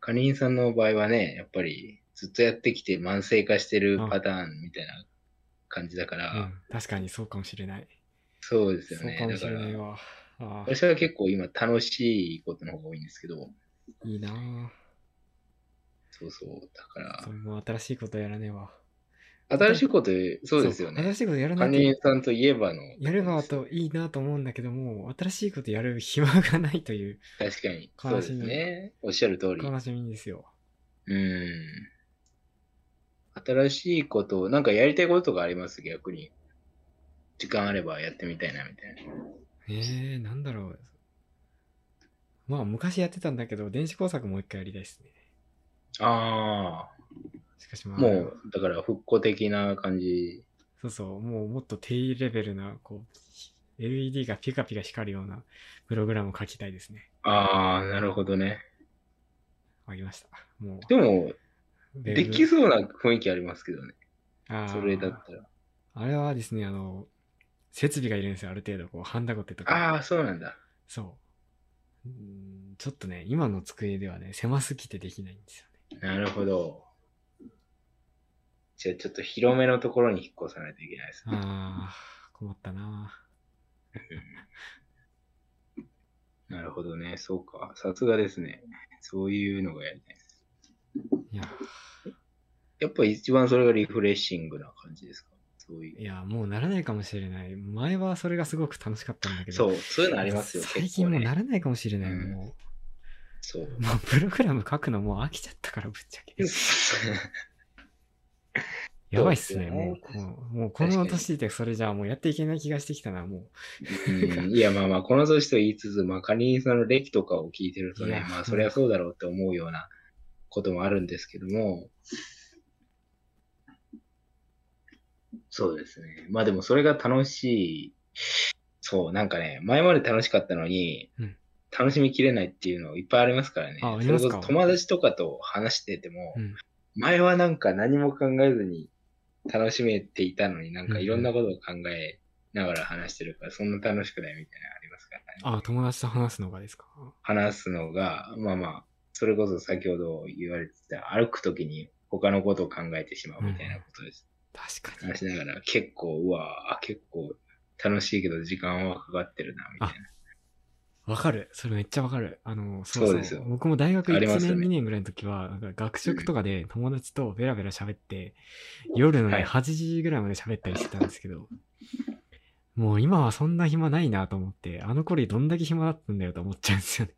Speaker 1: カニンさんの場合はね、やっぱりずっとやってきて慢性化してるパターンみたいな感じだから、
Speaker 2: うん、確かにそうかもしれない。
Speaker 1: そうですよ
Speaker 2: そう
Speaker 1: ね。
Speaker 2: かもしれ
Speaker 1: だ
Speaker 2: な
Speaker 1: から
Speaker 2: いわ。あ
Speaker 1: 私は結構今楽しいことの方が多いんですけど、
Speaker 2: あ、いいなぁ。
Speaker 1: そうそう。だ
Speaker 2: そ
Speaker 1: か
Speaker 2: れも新しいことやらねえわ。
Speaker 1: ら、新しいこと、そうですよ
Speaker 2: そう
Speaker 1: ね
Speaker 2: 新。しいことやらな
Speaker 1: 管
Speaker 2: い
Speaker 1: 理人
Speaker 2: と、
Speaker 1: さんといえばの。
Speaker 2: やればといいなと思うんだけども、新しいことやる暇がないという
Speaker 1: 確かに。そう
Speaker 2: 悲
Speaker 1: で
Speaker 2: し
Speaker 1: す
Speaker 2: み
Speaker 1: ね。おっしゃる通り。
Speaker 2: 悲しみですよ。
Speaker 1: うん。新しいことを、なんかやりたいことがあります、逆に。時間あればやってみたいな、みたいな。
Speaker 2: えー、なんだろう。まあ、昔やってたんだけど、電子工作もう一回やりたいですね。
Speaker 1: あ
Speaker 2: しかし
Speaker 1: あ、
Speaker 2: まあ、
Speaker 1: もう、だから復古的な感じ。
Speaker 2: そうそう、もうもっと低レベルな、こう、LED がピカピカ光るようなプログラムを書きたいですね。
Speaker 1: ああ、なるほどね。
Speaker 2: ありました。もう、
Speaker 1: でも、
Speaker 2: ウェブ
Speaker 1: できそうな雰囲気ありますけどね。
Speaker 2: あー
Speaker 1: それだったら。
Speaker 2: あれはですね、あの、設備がいるんですよ、ある程度、こう、ハンダゴテとか。
Speaker 1: ああ、そうなんだ。
Speaker 2: そう。うーんちょっとね、今の机ではね、狭すぎてできないんです よね。
Speaker 1: なるほど。じゃあちょっと広めのところに引っ越さないといけないですね。
Speaker 2: ああ、困ったな
Speaker 1: なるほどね。そうか。さすがですね。そういうのがやりたいです。
Speaker 2: いや、
Speaker 1: やっぱ一番それがリフレッシングな感じですかそういう。
Speaker 2: いや、もうならないかもしれない。前はそれがすごく楽しかったんだけど。
Speaker 1: そう、そういうのありますよ。
Speaker 2: 最近もう
Speaker 1: 結構ね、
Speaker 2: ならないかもしれない。
Speaker 1: うん
Speaker 2: もう
Speaker 1: そう。
Speaker 2: もうプログラム書くのもう飽きちゃったからぶっちゃけ。 やばいっすね。
Speaker 1: そうです
Speaker 2: も
Speaker 1: よ
Speaker 2: う
Speaker 1: ね
Speaker 2: この、もうこの年でそれじゃあもうやっていけない気がしてきたな、も
Speaker 1: うんいや、まあまあ、この年と言いつつ、まあ、カニさんの歴とかを聞いてると
Speaker 2: いや
Speaker 1: ね、まあ、そりゃそうだろうって思うようなこともあるんですけども、そうですね。まあでも、それが楽しい。そう、なんかね、前まで楽しかったのに、
Speaker 2: うん
Speaker 1: 楽しみきれないっていうのいっぱいありますからね。
Speaker 2: ああります
Speaker 1: そ
Speaker 2: か
Speaker 1: れこそ友達とかと話してても、
Speaker 2: う。うん。
Speaker 1: 前はなんか何も考えずに楽しめていたのになんかいろんなことを考えながら話してるから、そんな楽しくないみたいなのありますからね。
Speaker 2: あ、友達と話すのがですか。
Speaker 1: 話すのが、まあまあ、それこそ先ほど言われてた歩くときに他のことを考えてしまうみたいなことです。
Speaker 2: 確かに
Speaker 1: 話。しながら結構、うわぁ、結構楽しいけど時間はかかってるな、みたいな。
Speaker 2: わかる。それめっちゃわかる。あの、そうそう
Speaker 1: そうですよ
Speaker 2: 僕も大学1
Speaker 1: ありますよ
Speaker 2: 年、
Speaker 1: ね
Speaker 2: 2年ぐらいの時は、なんか学食とかで友達とベラベラ喋って、夜の
Speaker 1: は
Speaker 2: ね、
Speaker 1: い
Speaker 2: 8時ぐらいまで喋ったりしてたんですけど、もう今はそんな暇ないなと思って、あの頃どんだけ暇だったんだよと思っちゃうんです よね。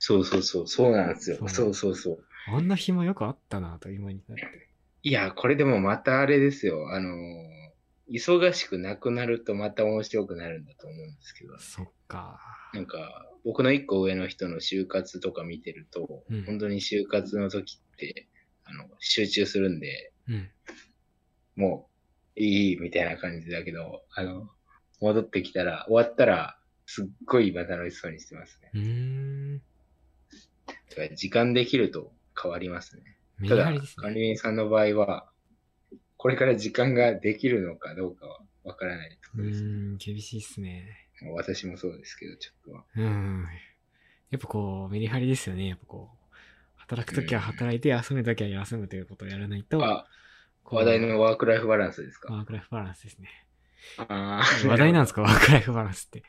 Speaker 1: そうそうそう、そうなんですよ。
Speaker 2: そう
Speaker 1: そうそうそう。
Speaker 2: あんな暇よくあったなと今になって。
Speaker 1: いや、これでもまたあれですよ。あのー、忙しくなくなるとまた面白くなるんだと思うんですけど、
Speaker 2: そっか。
Speaker 1: なんか、僕の一個上の人の就活とか見てると、
Speaker 2: うん
Speaker 1: 本当に就活の時って、あの、集中するんで、
Speaker 2: うん。
Speaker 1: もう、いい、みたいな感じだけど、あの、戻ってきたら、終わったら、すっごい今楽しそうにしてますね。
Speaker 2: うーん。
Speaker 1: だから時間できると変わりますね。
Speaker 2: メ
Speaker 1: た
Speaker 2: リ
Speaker 1: だ
Speaker 2: ハリです、
Speaker 1: 管
Speaker 2: ね。
Speaker 1: 理人さんの場合は、これから時間ができるのかどうかはわからないと
Speaker 2: う
Speaker 1: ころです。
Speaker 2: ーん、厳しいっすね。
Speaker 1: 私もそうですけど、ちょっと。
Speaker 2: うん。やっぱこう、メリハリですよね。やっぱこう、働くときは働いて、休むときは休むということをやらないと、
Speaker 1: あ、
Speaker 2: こう
Speaker 1: 話題のワークライフバランスですか。
Speaker 2: ワークライフバランスですね。
Speaker 1: あー
Speaker 2: 話題なんですか、ワ ークライフバランスって。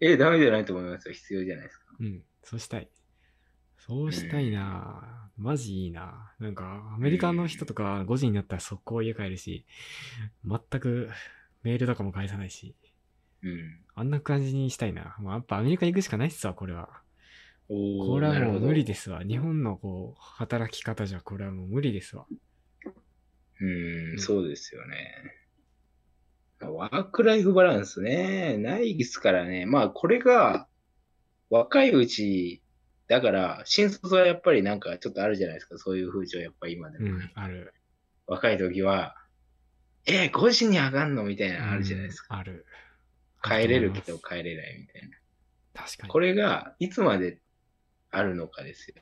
Speaker 1: え、ダメじゃないと思いますよ。必要じゃないですか。
Speaker 2: うん、そうしたい。そうしたいなぁマジいいなぁなんか、アメリカの人とか5時になったら速攻家帰るし、全くメールとかも返さないし、
Speaker 1: うん。
Speaker 2: あんな感じにしたいな。もうやっぱアメリカ行くしかないっすわ、これは。
Speaker 1: おー
Speaker 2: これは
Speaker 1: なる
Speaker 2: も
Speaker 1: ほ
Speaker 2: う
Speaker 1: ど
Speaker 2: 無理ですわ。日本のこう、働き方じゃこれはもう無理ですわ。
Speaker 1: うーん、そうですよね。ワークライフバランスね、ないですからね。まあ、これが、若いうち、だから、新卒はやっぱりなんかちょっとあるじゃないですか。そういう風潮、やっぱり今で
Speaker 2: う
Speaker 1: も。
Speaker 2: ん、ある。
Speaker 1: 若い時は、えー、5時に上がんのみたいなのあるじゃないですか。
Speaker 2: か。ある。
Speaker 1: 帰れるけ
Speaker 2: あ
Speaker 1: ど
Speaker 2: と
Speaker 1: 帰れないみたいな。
Speaker 2: 確かに
Speaker 1: こ。れが、いつまであるのかですよ。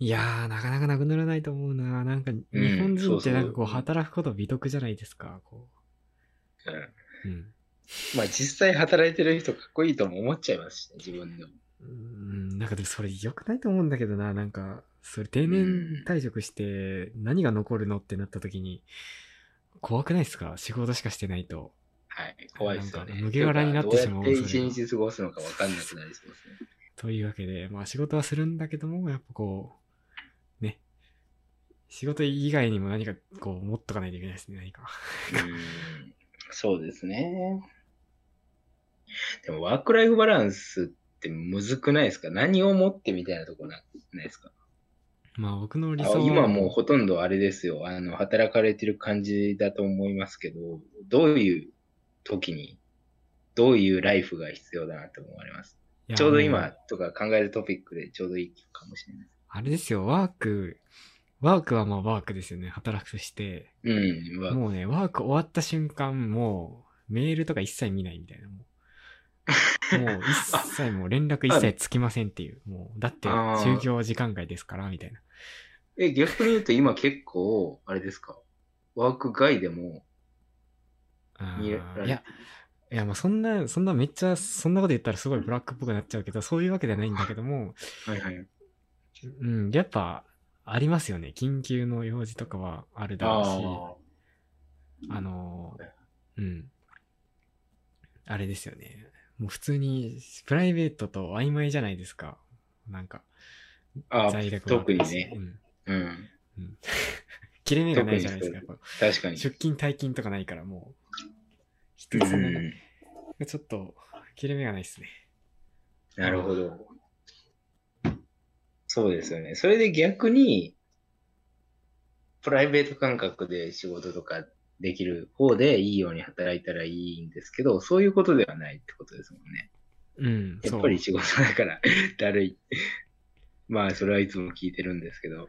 Speaker 2: いやー、なかなかなくならないと思うな。なんか、日
Speaker 1: うん
Speaker 2: 本人ってなんか
Speaker 1: そ
Speaker 2: こ
Speaker 1: うそう
Speaker 2: う、働くこと美徳じゃないですか。こ
Speaker 1: うん、
Speaker 2: う。うん。
Speaker 1: まあ、実際働いてる人かっこいいとも思っちゃいますし、ね、自分でも。
Speaker 2: うーん、なんかでもそれ良くないと思うんだけどな。なんか、それ定
Speaker 1: うん
Speaker 2: 年退職して何が残るのってなった時に、怖くないですか仕事しかしてないと。
Speaker 1: はい、怖いですよね
Speaker 2: なん。か麦わらになってしまう
Speaker 1: どうやって
Speaker 2: それ
Speaker 1: 一
Speaker 2: が
Speaker 1: 日過ごすのか分かんなくなりそうですね。
Speaker 2: というわけで、まあ仕事はするんだけども、やっぱこう、ね。仕事以外にも何かこう持っとかないといけないですね、何か。
Speaker 1: うーんそうですね。でもワークライフバランスってむずくないですか何をもってみたいなとこなないですか
Speaker 2: まあ僕の理
Speaker 1: あ
Speaker 2: 想は
Speaker 1: 今もうほとんどあれですよあの。働かれてる感じだと思いますけど、どういう時に、どういうライフが必要だなと思われます。
Speaker 2: いや
Speaker 1: ちょうど
Speaker 2: も
Speaker 1: 今とか考えるトピックでちょうどいいかもしれない。
Speaker 2: あれですよ、ワーク、ワークはまあワークですよね、働くとして。
Speaker 1: うん、まあ
Speaker 2: もうね、ワーク終わった瞬間、もう、メールとか一切見ないみたい な。もう、もう一切もう連絡一切つきませんっていう。もう、だって、
Speaker 1: あー
Speaker 2: 就業時間外ですから、みたいな。
Speaker 1: え、逆に言うと今結構、あれですかワーク外でも
Speaker 2: あ
Speaker 1: 見られて
Speaker 2: ー
Speaker 1: る
Speaker 2: いや、いや、まあそんな、そんなめっちゃ、そんなこと言ったらすごいブラックっぽくなっちゃうけど、そういうわけではないんだけども、
Speaker 1: はいはい。
Speaker 2: うん、やっぱ、ありますよね。緊急の用事とかはあるだろうし。
Speaker 1: あ
Speaker 2: あのー、うん。あれですよね。もう普通に、プライベートと曖昧じゃないですか。なんか、
Speaker 1: あ、ああ
Speaker 2: 在宅もあ
Speaker 1: 特
Speaker 2: る
Speaker 1: に
Speaker 2: し
Speaker 1: ね。
Speaker 2: うん。
Speaker 1: うん。
Speaker 2: 切れ目がないじゃないですか。やっぱ
Speaker 1: 確かに。
Speaker 2: 出勤退勤とかないからもう、一
Speaker 1: う
Speaker 2: つの、
Speaker 1: ん。
Speaker 2: ちょっと、切れ目がないですね。
Speaker 1: なるほど。そうですよね。それで逆に、プライベート感覚で仕事とかできる方でいいように働いたらいいんですけど、そういうことではないってことですもんね。
Speaker 2: うん、
Speaker 1: や
Speaker 2: そ
Speaker 1: っ
Speaker 2: う
Speaker 1: ぱ。り仕事だから だるい。まあ、それはいつも聞いてるんですけど。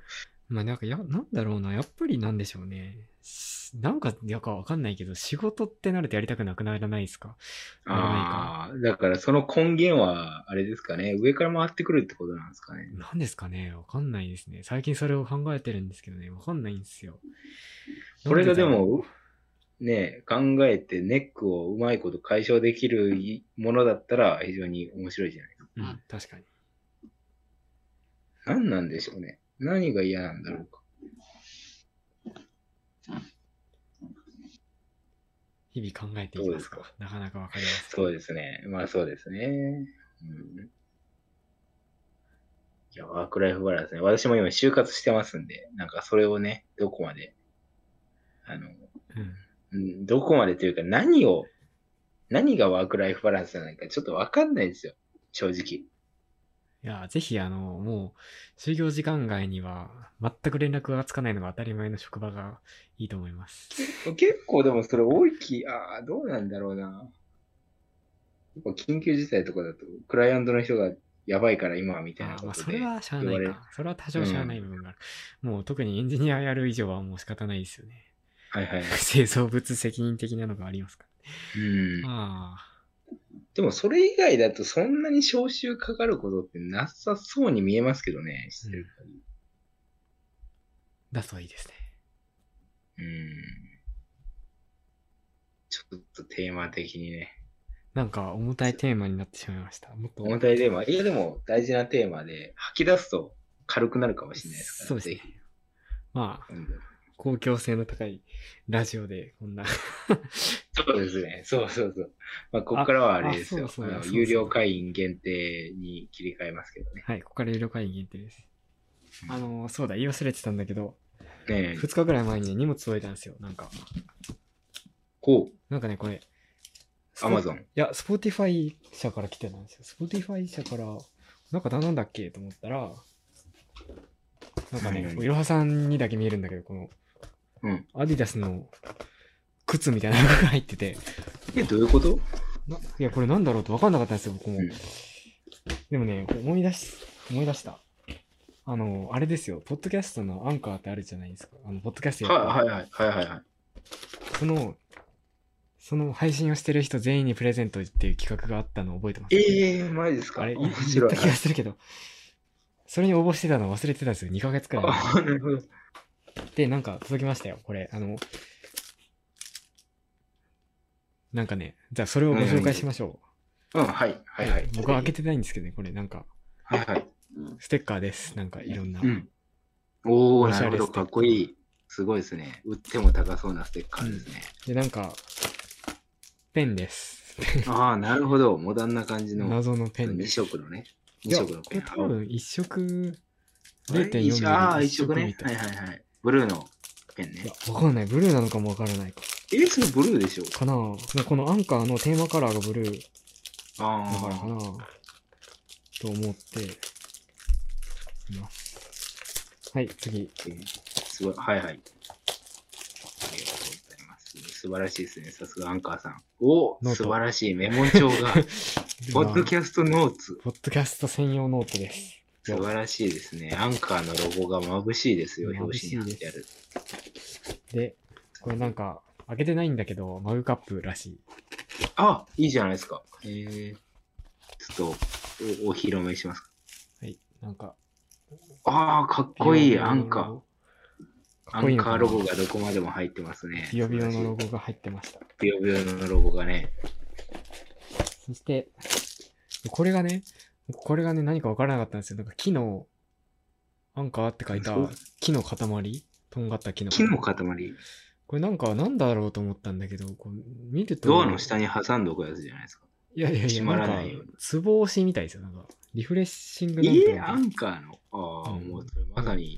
Speaker 2: まあなんかや、なんだろうな、やっぱりなんでしょうね。しなんか、やかわかんないけど、仕事ってなるとやりたくなくならないですかならないか。
Speaker 1: ああ、だからその根源は、あれですかね、上から回ってくるってことなんですかね。
Speaker 2: なんですかねわかんないですね。最近それを考えてるんですけどね、わかんないんですよ。
Speaker 1: これがで
Speaker 2: なんだろう、
Speaker 1: も、ね、考えてネックをうまいこと解消できるものだったら非常に面白いじゃないですか。
Speaker 2: うん、確かに。
Speaker 1: 何なんでしょうね。何が嫌なんだろうか。
Speaker 2: 日々考えていきますか
Speaker 1: そうで
Speaker 2: なかなかわかりません。
Speaker 1: そうですね。まあそうですね。うん。いや、ワークライフバランスね。私も今就活してますんで、なんかそれをね、どこまで、あの、
Speaker 2: う
Speaker 1: う
Speaker 2: ん、
Speaker 1: んどこまでというか何を、何がワークライフバランスなのかちょっとわかんないんですよ。正直。
Speaker 2: いや、ぜひ、あの、もう、就業時間外には、全く連絡がつかないのが当たり前の職場がいいと思います。
Speaker 1: 結構でもそれ多い気、ああ、どうなんだろうな。やっぱ緊急事態とかだと、クライアントの人がやばいから今はみたいな
Speaker 2: あー
Speaker 1: こ
Speaker 2: まあ、
Speaker 1: と
Speaker 2: そ
Speaker 1: で。
Speaker 2: れはしゃあない
Speaker 1: 言われ
Speaker 2: か。それは多少しゃあない部分がある。もう、特にエンジニアやる以上はもう仕方ないですよね。
Speaker 1: はいはい。
Speaker 2: 製造物責任的なのがありますから。
Speaker 1: うん。
Speaker 2: ああ。
Speaker 1: でもそれ以外だとそんなに招集かかることってなさそうに見えますけどね、してる限り
Speaker 2: だといいですね。
Speaker 1: うん。ちょっとテーマ的にね、
Speaker 2: なんか重たいテーマになってしまいました。もっと
Speaker 1: 重たいテーマ。いや、でも大事なテーマで、吐き出すと軽くなるかもしれないですから。
Speaker 2: そうです
Speaker 1: ぜ
Speaker 2: ね
Speaker 1: ひ。
Speaker 2: まあ、
Speaker 1: うん
Speaker 2: 公共性の高いラジオでこんな
Speaker 1: そうですね。そうそうそう。まあ、ここからはあれです
Speaker 2: あ
Speaker 1: よ。
Speaker 2: そうそう
Speaker 1: あの
Speaker 2: そうそう
Speaker 1: 有料会員限定に切り替えますけどね。
Speaker 2: はいここから有料会員限定ですあのそうだ言い忘れてたんだけど
Speaker 1: ねえ、
Speaker 2: 2日ぐらい前にね荷物届いたんですよなんか
Speaker 1: こう、
Speaker 2: なんかねこれ
Speaker 1: アマゾン
Speaker 2: い。や Spotify 社から来てたんですよ Spotify 社からなんかなんだっけと思ったらなんか
Speaker 1: は
Speaker 2: ね
Speaker 1: い
Speaker 2: いろはさんにだけ見えるんだけどこの
Speaker 1: うん。
Speaker 2: アディダスの靴みたいなのが入ってて
Speaker 1: え、どういうこと
Speaker 2: ないやこれなんだろうと分かんなかったんですよ僕も、
Speaker 1: うん
Speaker 2: でもね思い出し思い出したあのあれですよポッドキャストのアンカーってあるじゃないですかあのポッドキャストやって
Speaker 1: は
Speaker 2: る
Speaker 1: いはいはいはいはいはい。
Speaker 2: そのその配信をしてる人全員にプレゼントっていう企画があったのを覚えてます
Speaker 1: ええー、マジですか
Speaker 2: あれい言
Speaker 1: 面
Speaker 2: っ
Speaker 1: 白
Speaker 2: た
Speaker 1: い。
Speaker 2: 気がするけどそれに応募してたの忘れてたんですよ2ヶ月くらい前
Speaker 1: あ、なるほど。
Speaker 2: で、なんか届きましたよ、これ。あの、なんかね、じゃあそれをご紹介しましょ
Speaker 1: うん、はい、
Speaker 2: う。
Speaker 1: はい、はい。
Speaker 2: 僕は開けてないんですけどね、これなんか、
Speaker 1: はい、はい。
Speaker 2: ステッカーです。なんかいろんな。
Speaker 1: うん。おお
Speaker 2: おし
Speaker 1: な
Speaker 2: ゃれ
Speaker 1: るほど、
Speaker 2: ステッカ
Speaker 1: か
Speaker 2: ー
Speaker 1: っこいい。すごいですね。売っても高そうなステッカーですね。
Speaker 2: で、なんか、ペンです。
Speaker 1: ああ、なるほど。モダンな感じの
Speaker 2: 謎のペンで
Speaker 1: 2
Speaker 2: す。
Speaker 1: 色のね。
Speaker 2: い
Speaker 1: 2
Speaker 2: や、
Speaker 1: 色
Speaker 2: こ
Speaker 1: のペ
Speaker 2: れ
Speaker 1: ン。
Speaker 2: 多分一色
Speaker 1: あれ
Speaker 2: 0.4ミリ
Speaker 1: 一ああ、
Speaker 2: の
Speaker 1: 一色
Speaker 2: み
Speaker 1: ね。
Speaker 2: た
Speaker 1: はい
Speaker 2: い。
Speaker 1: はいはい。ブルーのペンね
Speaker 2: い。や、わかんない。ブルーなのかもわからないか。
Speaker 1: え、それブルーでしょ
Speaker 2: かなぁこのアンカーのテーマカラーがブルーだ
Speaker 1: あ
Speaker 2: からか
Speaker 1: あ。
Speaker 2: なぁと思って、います。はい、次。
Speaker 1: すごい。はいはい。ありがとうございます。素晴らしいですね。さすがアンカーさん。お
Speaker 2: ノート
Speaker 1: 素晴らしい。メモ 帳が。ポッドキャストノーツ。
Speaker 2: ポッドキャスト専用ノートです。
Speaker 1: 素晴らしいですね。アンカーのロゴが眩しいですよ。
Speaker 2: 眩
Speaker 1: 表
Speaker 2: しいです
Speaker 1: 紙に貼ってある。
Speaker 2: で、これなんか、開けてないんだけど、マグカップらしい。
Speaker 1: あ、いいじゃないですか。えー、ちょっとお、お披露目しますか。
Speaker 2: はい、なんか。
Speaker 1: ああ、かっこいい、
Speaker 2: ビヨ
Speaker 1: ア
Speaker 2: ビヨ
Speaker 1: ン
Speaker 2: の
Speaker 1: カ
Speaker 2: ロ
Speaker 1: ー。
Speaker 2: ゴ。か
Speaker 1: ア
Speaker 2: っこいい
Speaker 1: ン
Speaker 2: のか
Speaker 1: カー
Speaker 2: な
Speaker 1: ロゴがどこまでも入ってますね。
Speaker 2: ビヨビヨのロゴが入ってました。
Speaker 1: ビヨビヨのロゴがね。
Speaker 2: そして、これがね、これがね、何かわからなかったんですよ。なんか木の、アンカーって書いた
Speaker 1: そう
Speaker 2: 木の塊とんがった木の。
Speaker 1: 木の塊。
Speaker 2: これなんかなんだろうと思ったんだけど、こう見ると。
Speaker 1: ドアの下に挟んでおくやつじゃないですか。
Speaker 2: いやいやいや、
Speaker 1: 閉
Speaker 2: な
Speaker 1: ま
Speaker 2: ん
Speaker 1: ら
Speaker 2: か
Speaker 1: ないように、
Speaker 2: つぼ押しみたいですよ。なんか、リフレッシング
Speaker 1: え
Speaker 2: なんとか
Speaker 1: ー、アンカーの。ああ、
Speaker 2: うん
Speaker 1: もうそれまさに、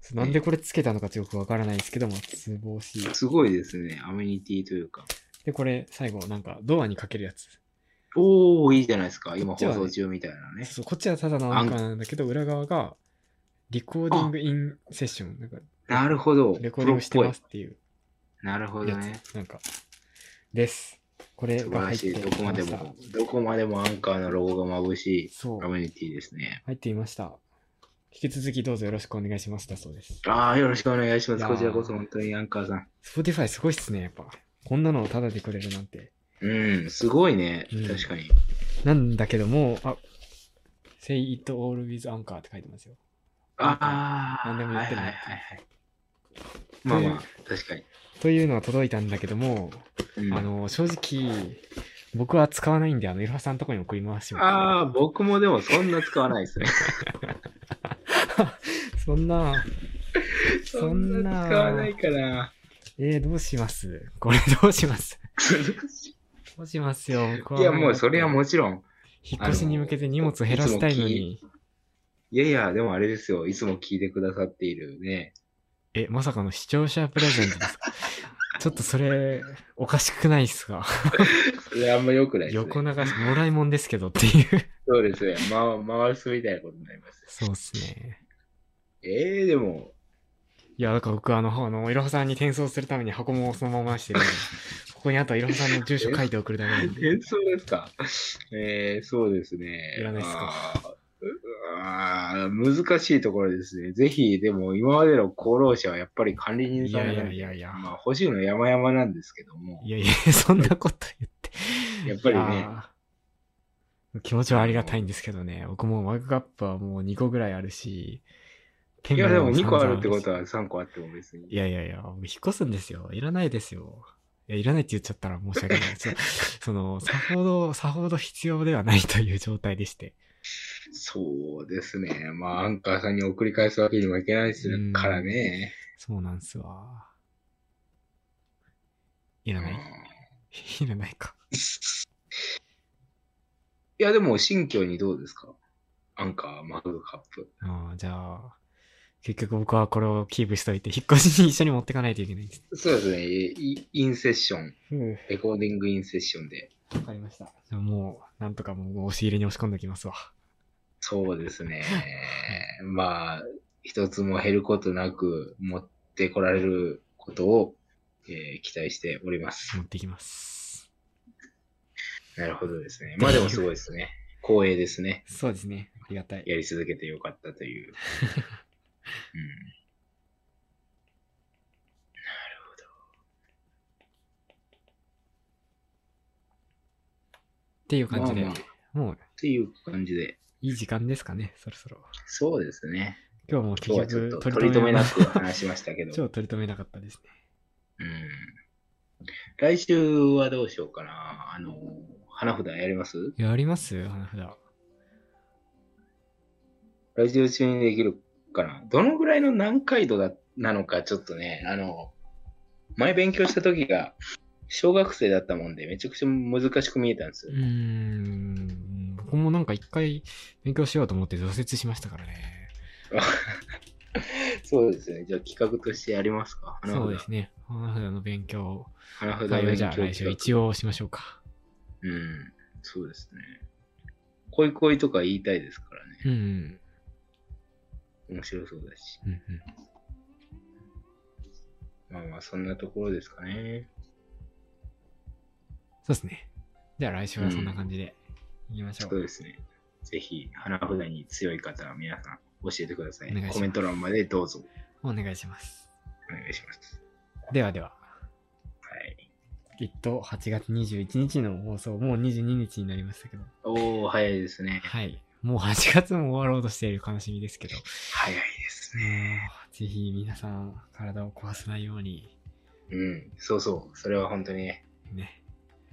Speaker 2: そうなんでこれつけたのかちょっとよくわからないですけども、つぼ押し。
Speaker 1: すごいですね。アメニティというか。
Speaker 2: で、これ、最後、なんか、ドアにかけるやつ。
Speaker 1: おおいいじゃないですか。
Speaker 2: こ
Speaker 1: 今
Speaker 2: っちは
Speaker 1: 放
Speaker 2: ね
Speaker 1: 送中みたいなね。
Speaker 2: そう、こっちはただのアンカーなんだけど、裏側が、リコーディングインセッション。なんか、
Speaker 1: なるほど。
Speaker 2: レコーディングしてますっていう
Speaker 1: プロっぽい。なるほど
Speaker 2: や
Speaker 1: ね。
Speaker 2: つ。なんか、です。これ
Speaker 1: 素晴
Speaker 2: が
Speaker 1: ら
Speaker 2: 入っ
Speaker 1: してい。
Speaker 2: い
Speaker 1: どこまで
Speaker 2: した
Speaker 1: も、どこまでもアンカーのロゴが眩しい
Speaker 2: そう
Speaker 1: ア、メニティですね。
Speaker 2: 入っていました。引き続きどうぞよろしくお願いしますだそうです。
Speaker 1: ああ、よろしくお願いしま
Speaker 2: い
Speaker 1: す。
Speaker 2: やー
Speaker 1: こちらこそ本当にアンカーさん。
Speaker 2: Spotify すごいっすね、やっぱ。こんなのをタダでくれるなんて。
Speaker 1: うん、すごいね。
Speaker 2: うん
Speaker 1: 確かに。
Speaker 2: なんだけども、あ、Say it all with anchor って書いてますよ。
Speaker 1: ああ、
Speaker 2: 何でも言ってる
Speaker 1: はいはいはいはい。まあまあ、確かに。
Speaker 2: というのは届いたんだけども、
Speaker 1: うん
Speaker 2: あの、正直、僕は使わないんで、あの、いろはさんのとこに送り回しま
Speaker 1: ああ、僕もでもそんな使わないですね。
Speaker 2: す。そんな、 そ
Speaker 1: そ
Speaker 2: ん
Speaker 1: ん
Speaker 2: な
Speaker 1: な使わない から。
Speaker 2: えー、どうしますこれどうしますどうしますよ、僕は。
Speaker 1: いや、もうそれは
Speaker 2: う、
Speaker 1: もちろん。
Speaker 2: 引っ越しに向けて荷物を減らしたいのに、
Speaker 1: いやいや、でもあれですよ。いつも聞いてくださっているね。
Speaker 2: え、まさかの視聴者プレゼン トですかちょっとそれ、おかしくないっすか
Speaker 1: それあんま良くないですね。
Speaker 2: 横流し、もらいもんですけどっていう。
Speaker 1: そうですね。ま、回すみたいなことになります。
Speaker 2: そうっすね。
Speaker 1: ええでも、
Speaker 2: いや、だから僕、あの、あの、いろはさんに転送するために箱もそのまま回してるんで、ここにあとはいろはさんの住所書いて送るだけなんで。
Speaker 1: 転送ですか。 ええそうですね。
Speaker 2: いらないっす
Speaker 1: か。あー難しいところですね。ぜひ、でも今までの功労者はやっぱり管理人
Speaker 2: い
Speaker 1: さん
Speaker 2: や
Speaker 1: なん
Speaker 2: い
Speaker 1: で
Speaker 2: やいやいや。
Speaker 1: まあ、欲しいの山々なんですけども
Speaker 2: い、やいや、 そんなこと言って。
Speaker 1: やっぱり
Speaker 2: い
Speaker 1: ね、
Speaker 2: やー気持ちはありがたいんですけどね。僕もマグカップはもう2個ぐらいあるし、ペ
Speaker 1: いやでも2個あるってこと
Speaker 2: は。
Speaker 1: は3個あっても別に。
Speaker 2: いやいやいや、僕引っ越すんですよ。いらないですよ。いや、いらないって言っちゃったら申し訳ない。ちょ その、さほど、さほど必要ではないという状態でして。
Speaker 1: そうですね。まあ、アンカーさんに送り返すわけにもいけないです
Speaker 2: うん
Speaker 1: からね。
Speaker 2: そうなんすわ。いら
Speaker 1: うん
Speaker 2: ない いらないか。
Speaker 1: いや、でも、新居にどうですかアンカー、マグカップ。
Speaker 2: ああ、じゃあ、結局僕はこれをキープしといて、引っ越しに一緒に持ってかないといけないんです。
Speaker 1: そうですね。イインセッション、
Speaker 2: ふ
Speaker 1: レコーディングインセッションで。
Speaker 2: わかりました。じゃあもう、なんとかもう押し入れに押し込んでおきますわ。
Speaker 1: そうですね。 まあ、一つも減ることなく持ってこられることを、えー期待しております
Speaker 2: 持。ってきます。
Speaker 1: なるほどですね。まあでもすごいですね。 光栄ですね。
Speaker 2: そうですね。ありがたい。
Speaker 1: やり続けてよかったと いう。うん、なるほど。
Speaker 2: っていう感じで、
Speaker 1: まあまあ
Speaker 2: もう
Speaker 1: っていう感じで。
Speaker 2: いい時間ですかね、そろそろ。
Speaker 1: そうですね。
Speaker 2: 今日も結
Speaker 1: 今日はちょっ
Speaker 2: 局
Speaker 1: と取り留めなく話しましたけ ど。
Speaker 2: 超取り留めなかったですね。
Speaker 1: うん来週はどうしようかな。あの、花札やります
Speaker 2: やります花札。
Speaker 1: 来週中にできるかな。どのぐらいの難解度だなのか、ちょっとね、あの、前勉強した時が、小学生だったもんで、めちゃくちゃ難しく見えたんです
Speaker 2: う
Speaker 1: よ。
Speaker 2: ーん、僕もなんか一回勉強しようと思って挫折しましたからね。
Speaker 1: そうですね。じゃあ企画としてやりますか。花札
Speaker 2: そうですね。花札の勉強を。
Speaker 1: 花札
Speaker 2: はい、
Speaker 1: 勉
Speaker 2: じゃあ
Speaker 1: 強
Speaker 2: 来週
Speaker 1: 企
Speaker 2: 一応しましょうか。
Speaker 1: 画。うん。そうですね。恋恋とか言いたいですからね。
Speaker 2: うんうん。
Speaker 1: 面白そうだし。
Speaker 2: うんうん、
Speaker 1: まあまあ、そんなところですかね。
Speaker 2: そうですね。じゃあ来週はそんな感じでいきましょ
Speaker 1: そう
Speaker 2: う。
Speaker 1: ですね。ぜひ、花札に強い方は皆さん教えてください。
Speaker 2: お願いします
Speaker 1: コメント欄までどうぞ
Speaker 2: お願いします。
Speaker 1: お願いします。
Speaker 2: ではでは、
Speaker 1: はい。
Speaker 2: きっと8月21日の放送、もう22日になりましたけど、
Speaker 1: おー、早いですね。
Speaker 2: はい。もう8月も終わろうとしている悲しみですけど、
Speaker 1: 早いですね。
Speaker 2: ぜひ皆さん体を壊さないように、
Speaker 1: うん、そうそう。それは本当にね。
Speaker 2: ね、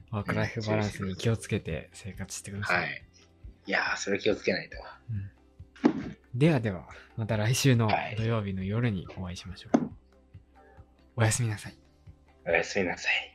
Speaker 2: ワークライフバランスに気をつけて生活してください。
Speaker 1: はい。いやー、それ気をつけないと。
Speaker 2: うんではでは、また来週の
Speaker 1: はい
Speaker 2: 土曜日の夜にお会いしましょう。おやすみなさい。
Speaker 1: おやすみなさい。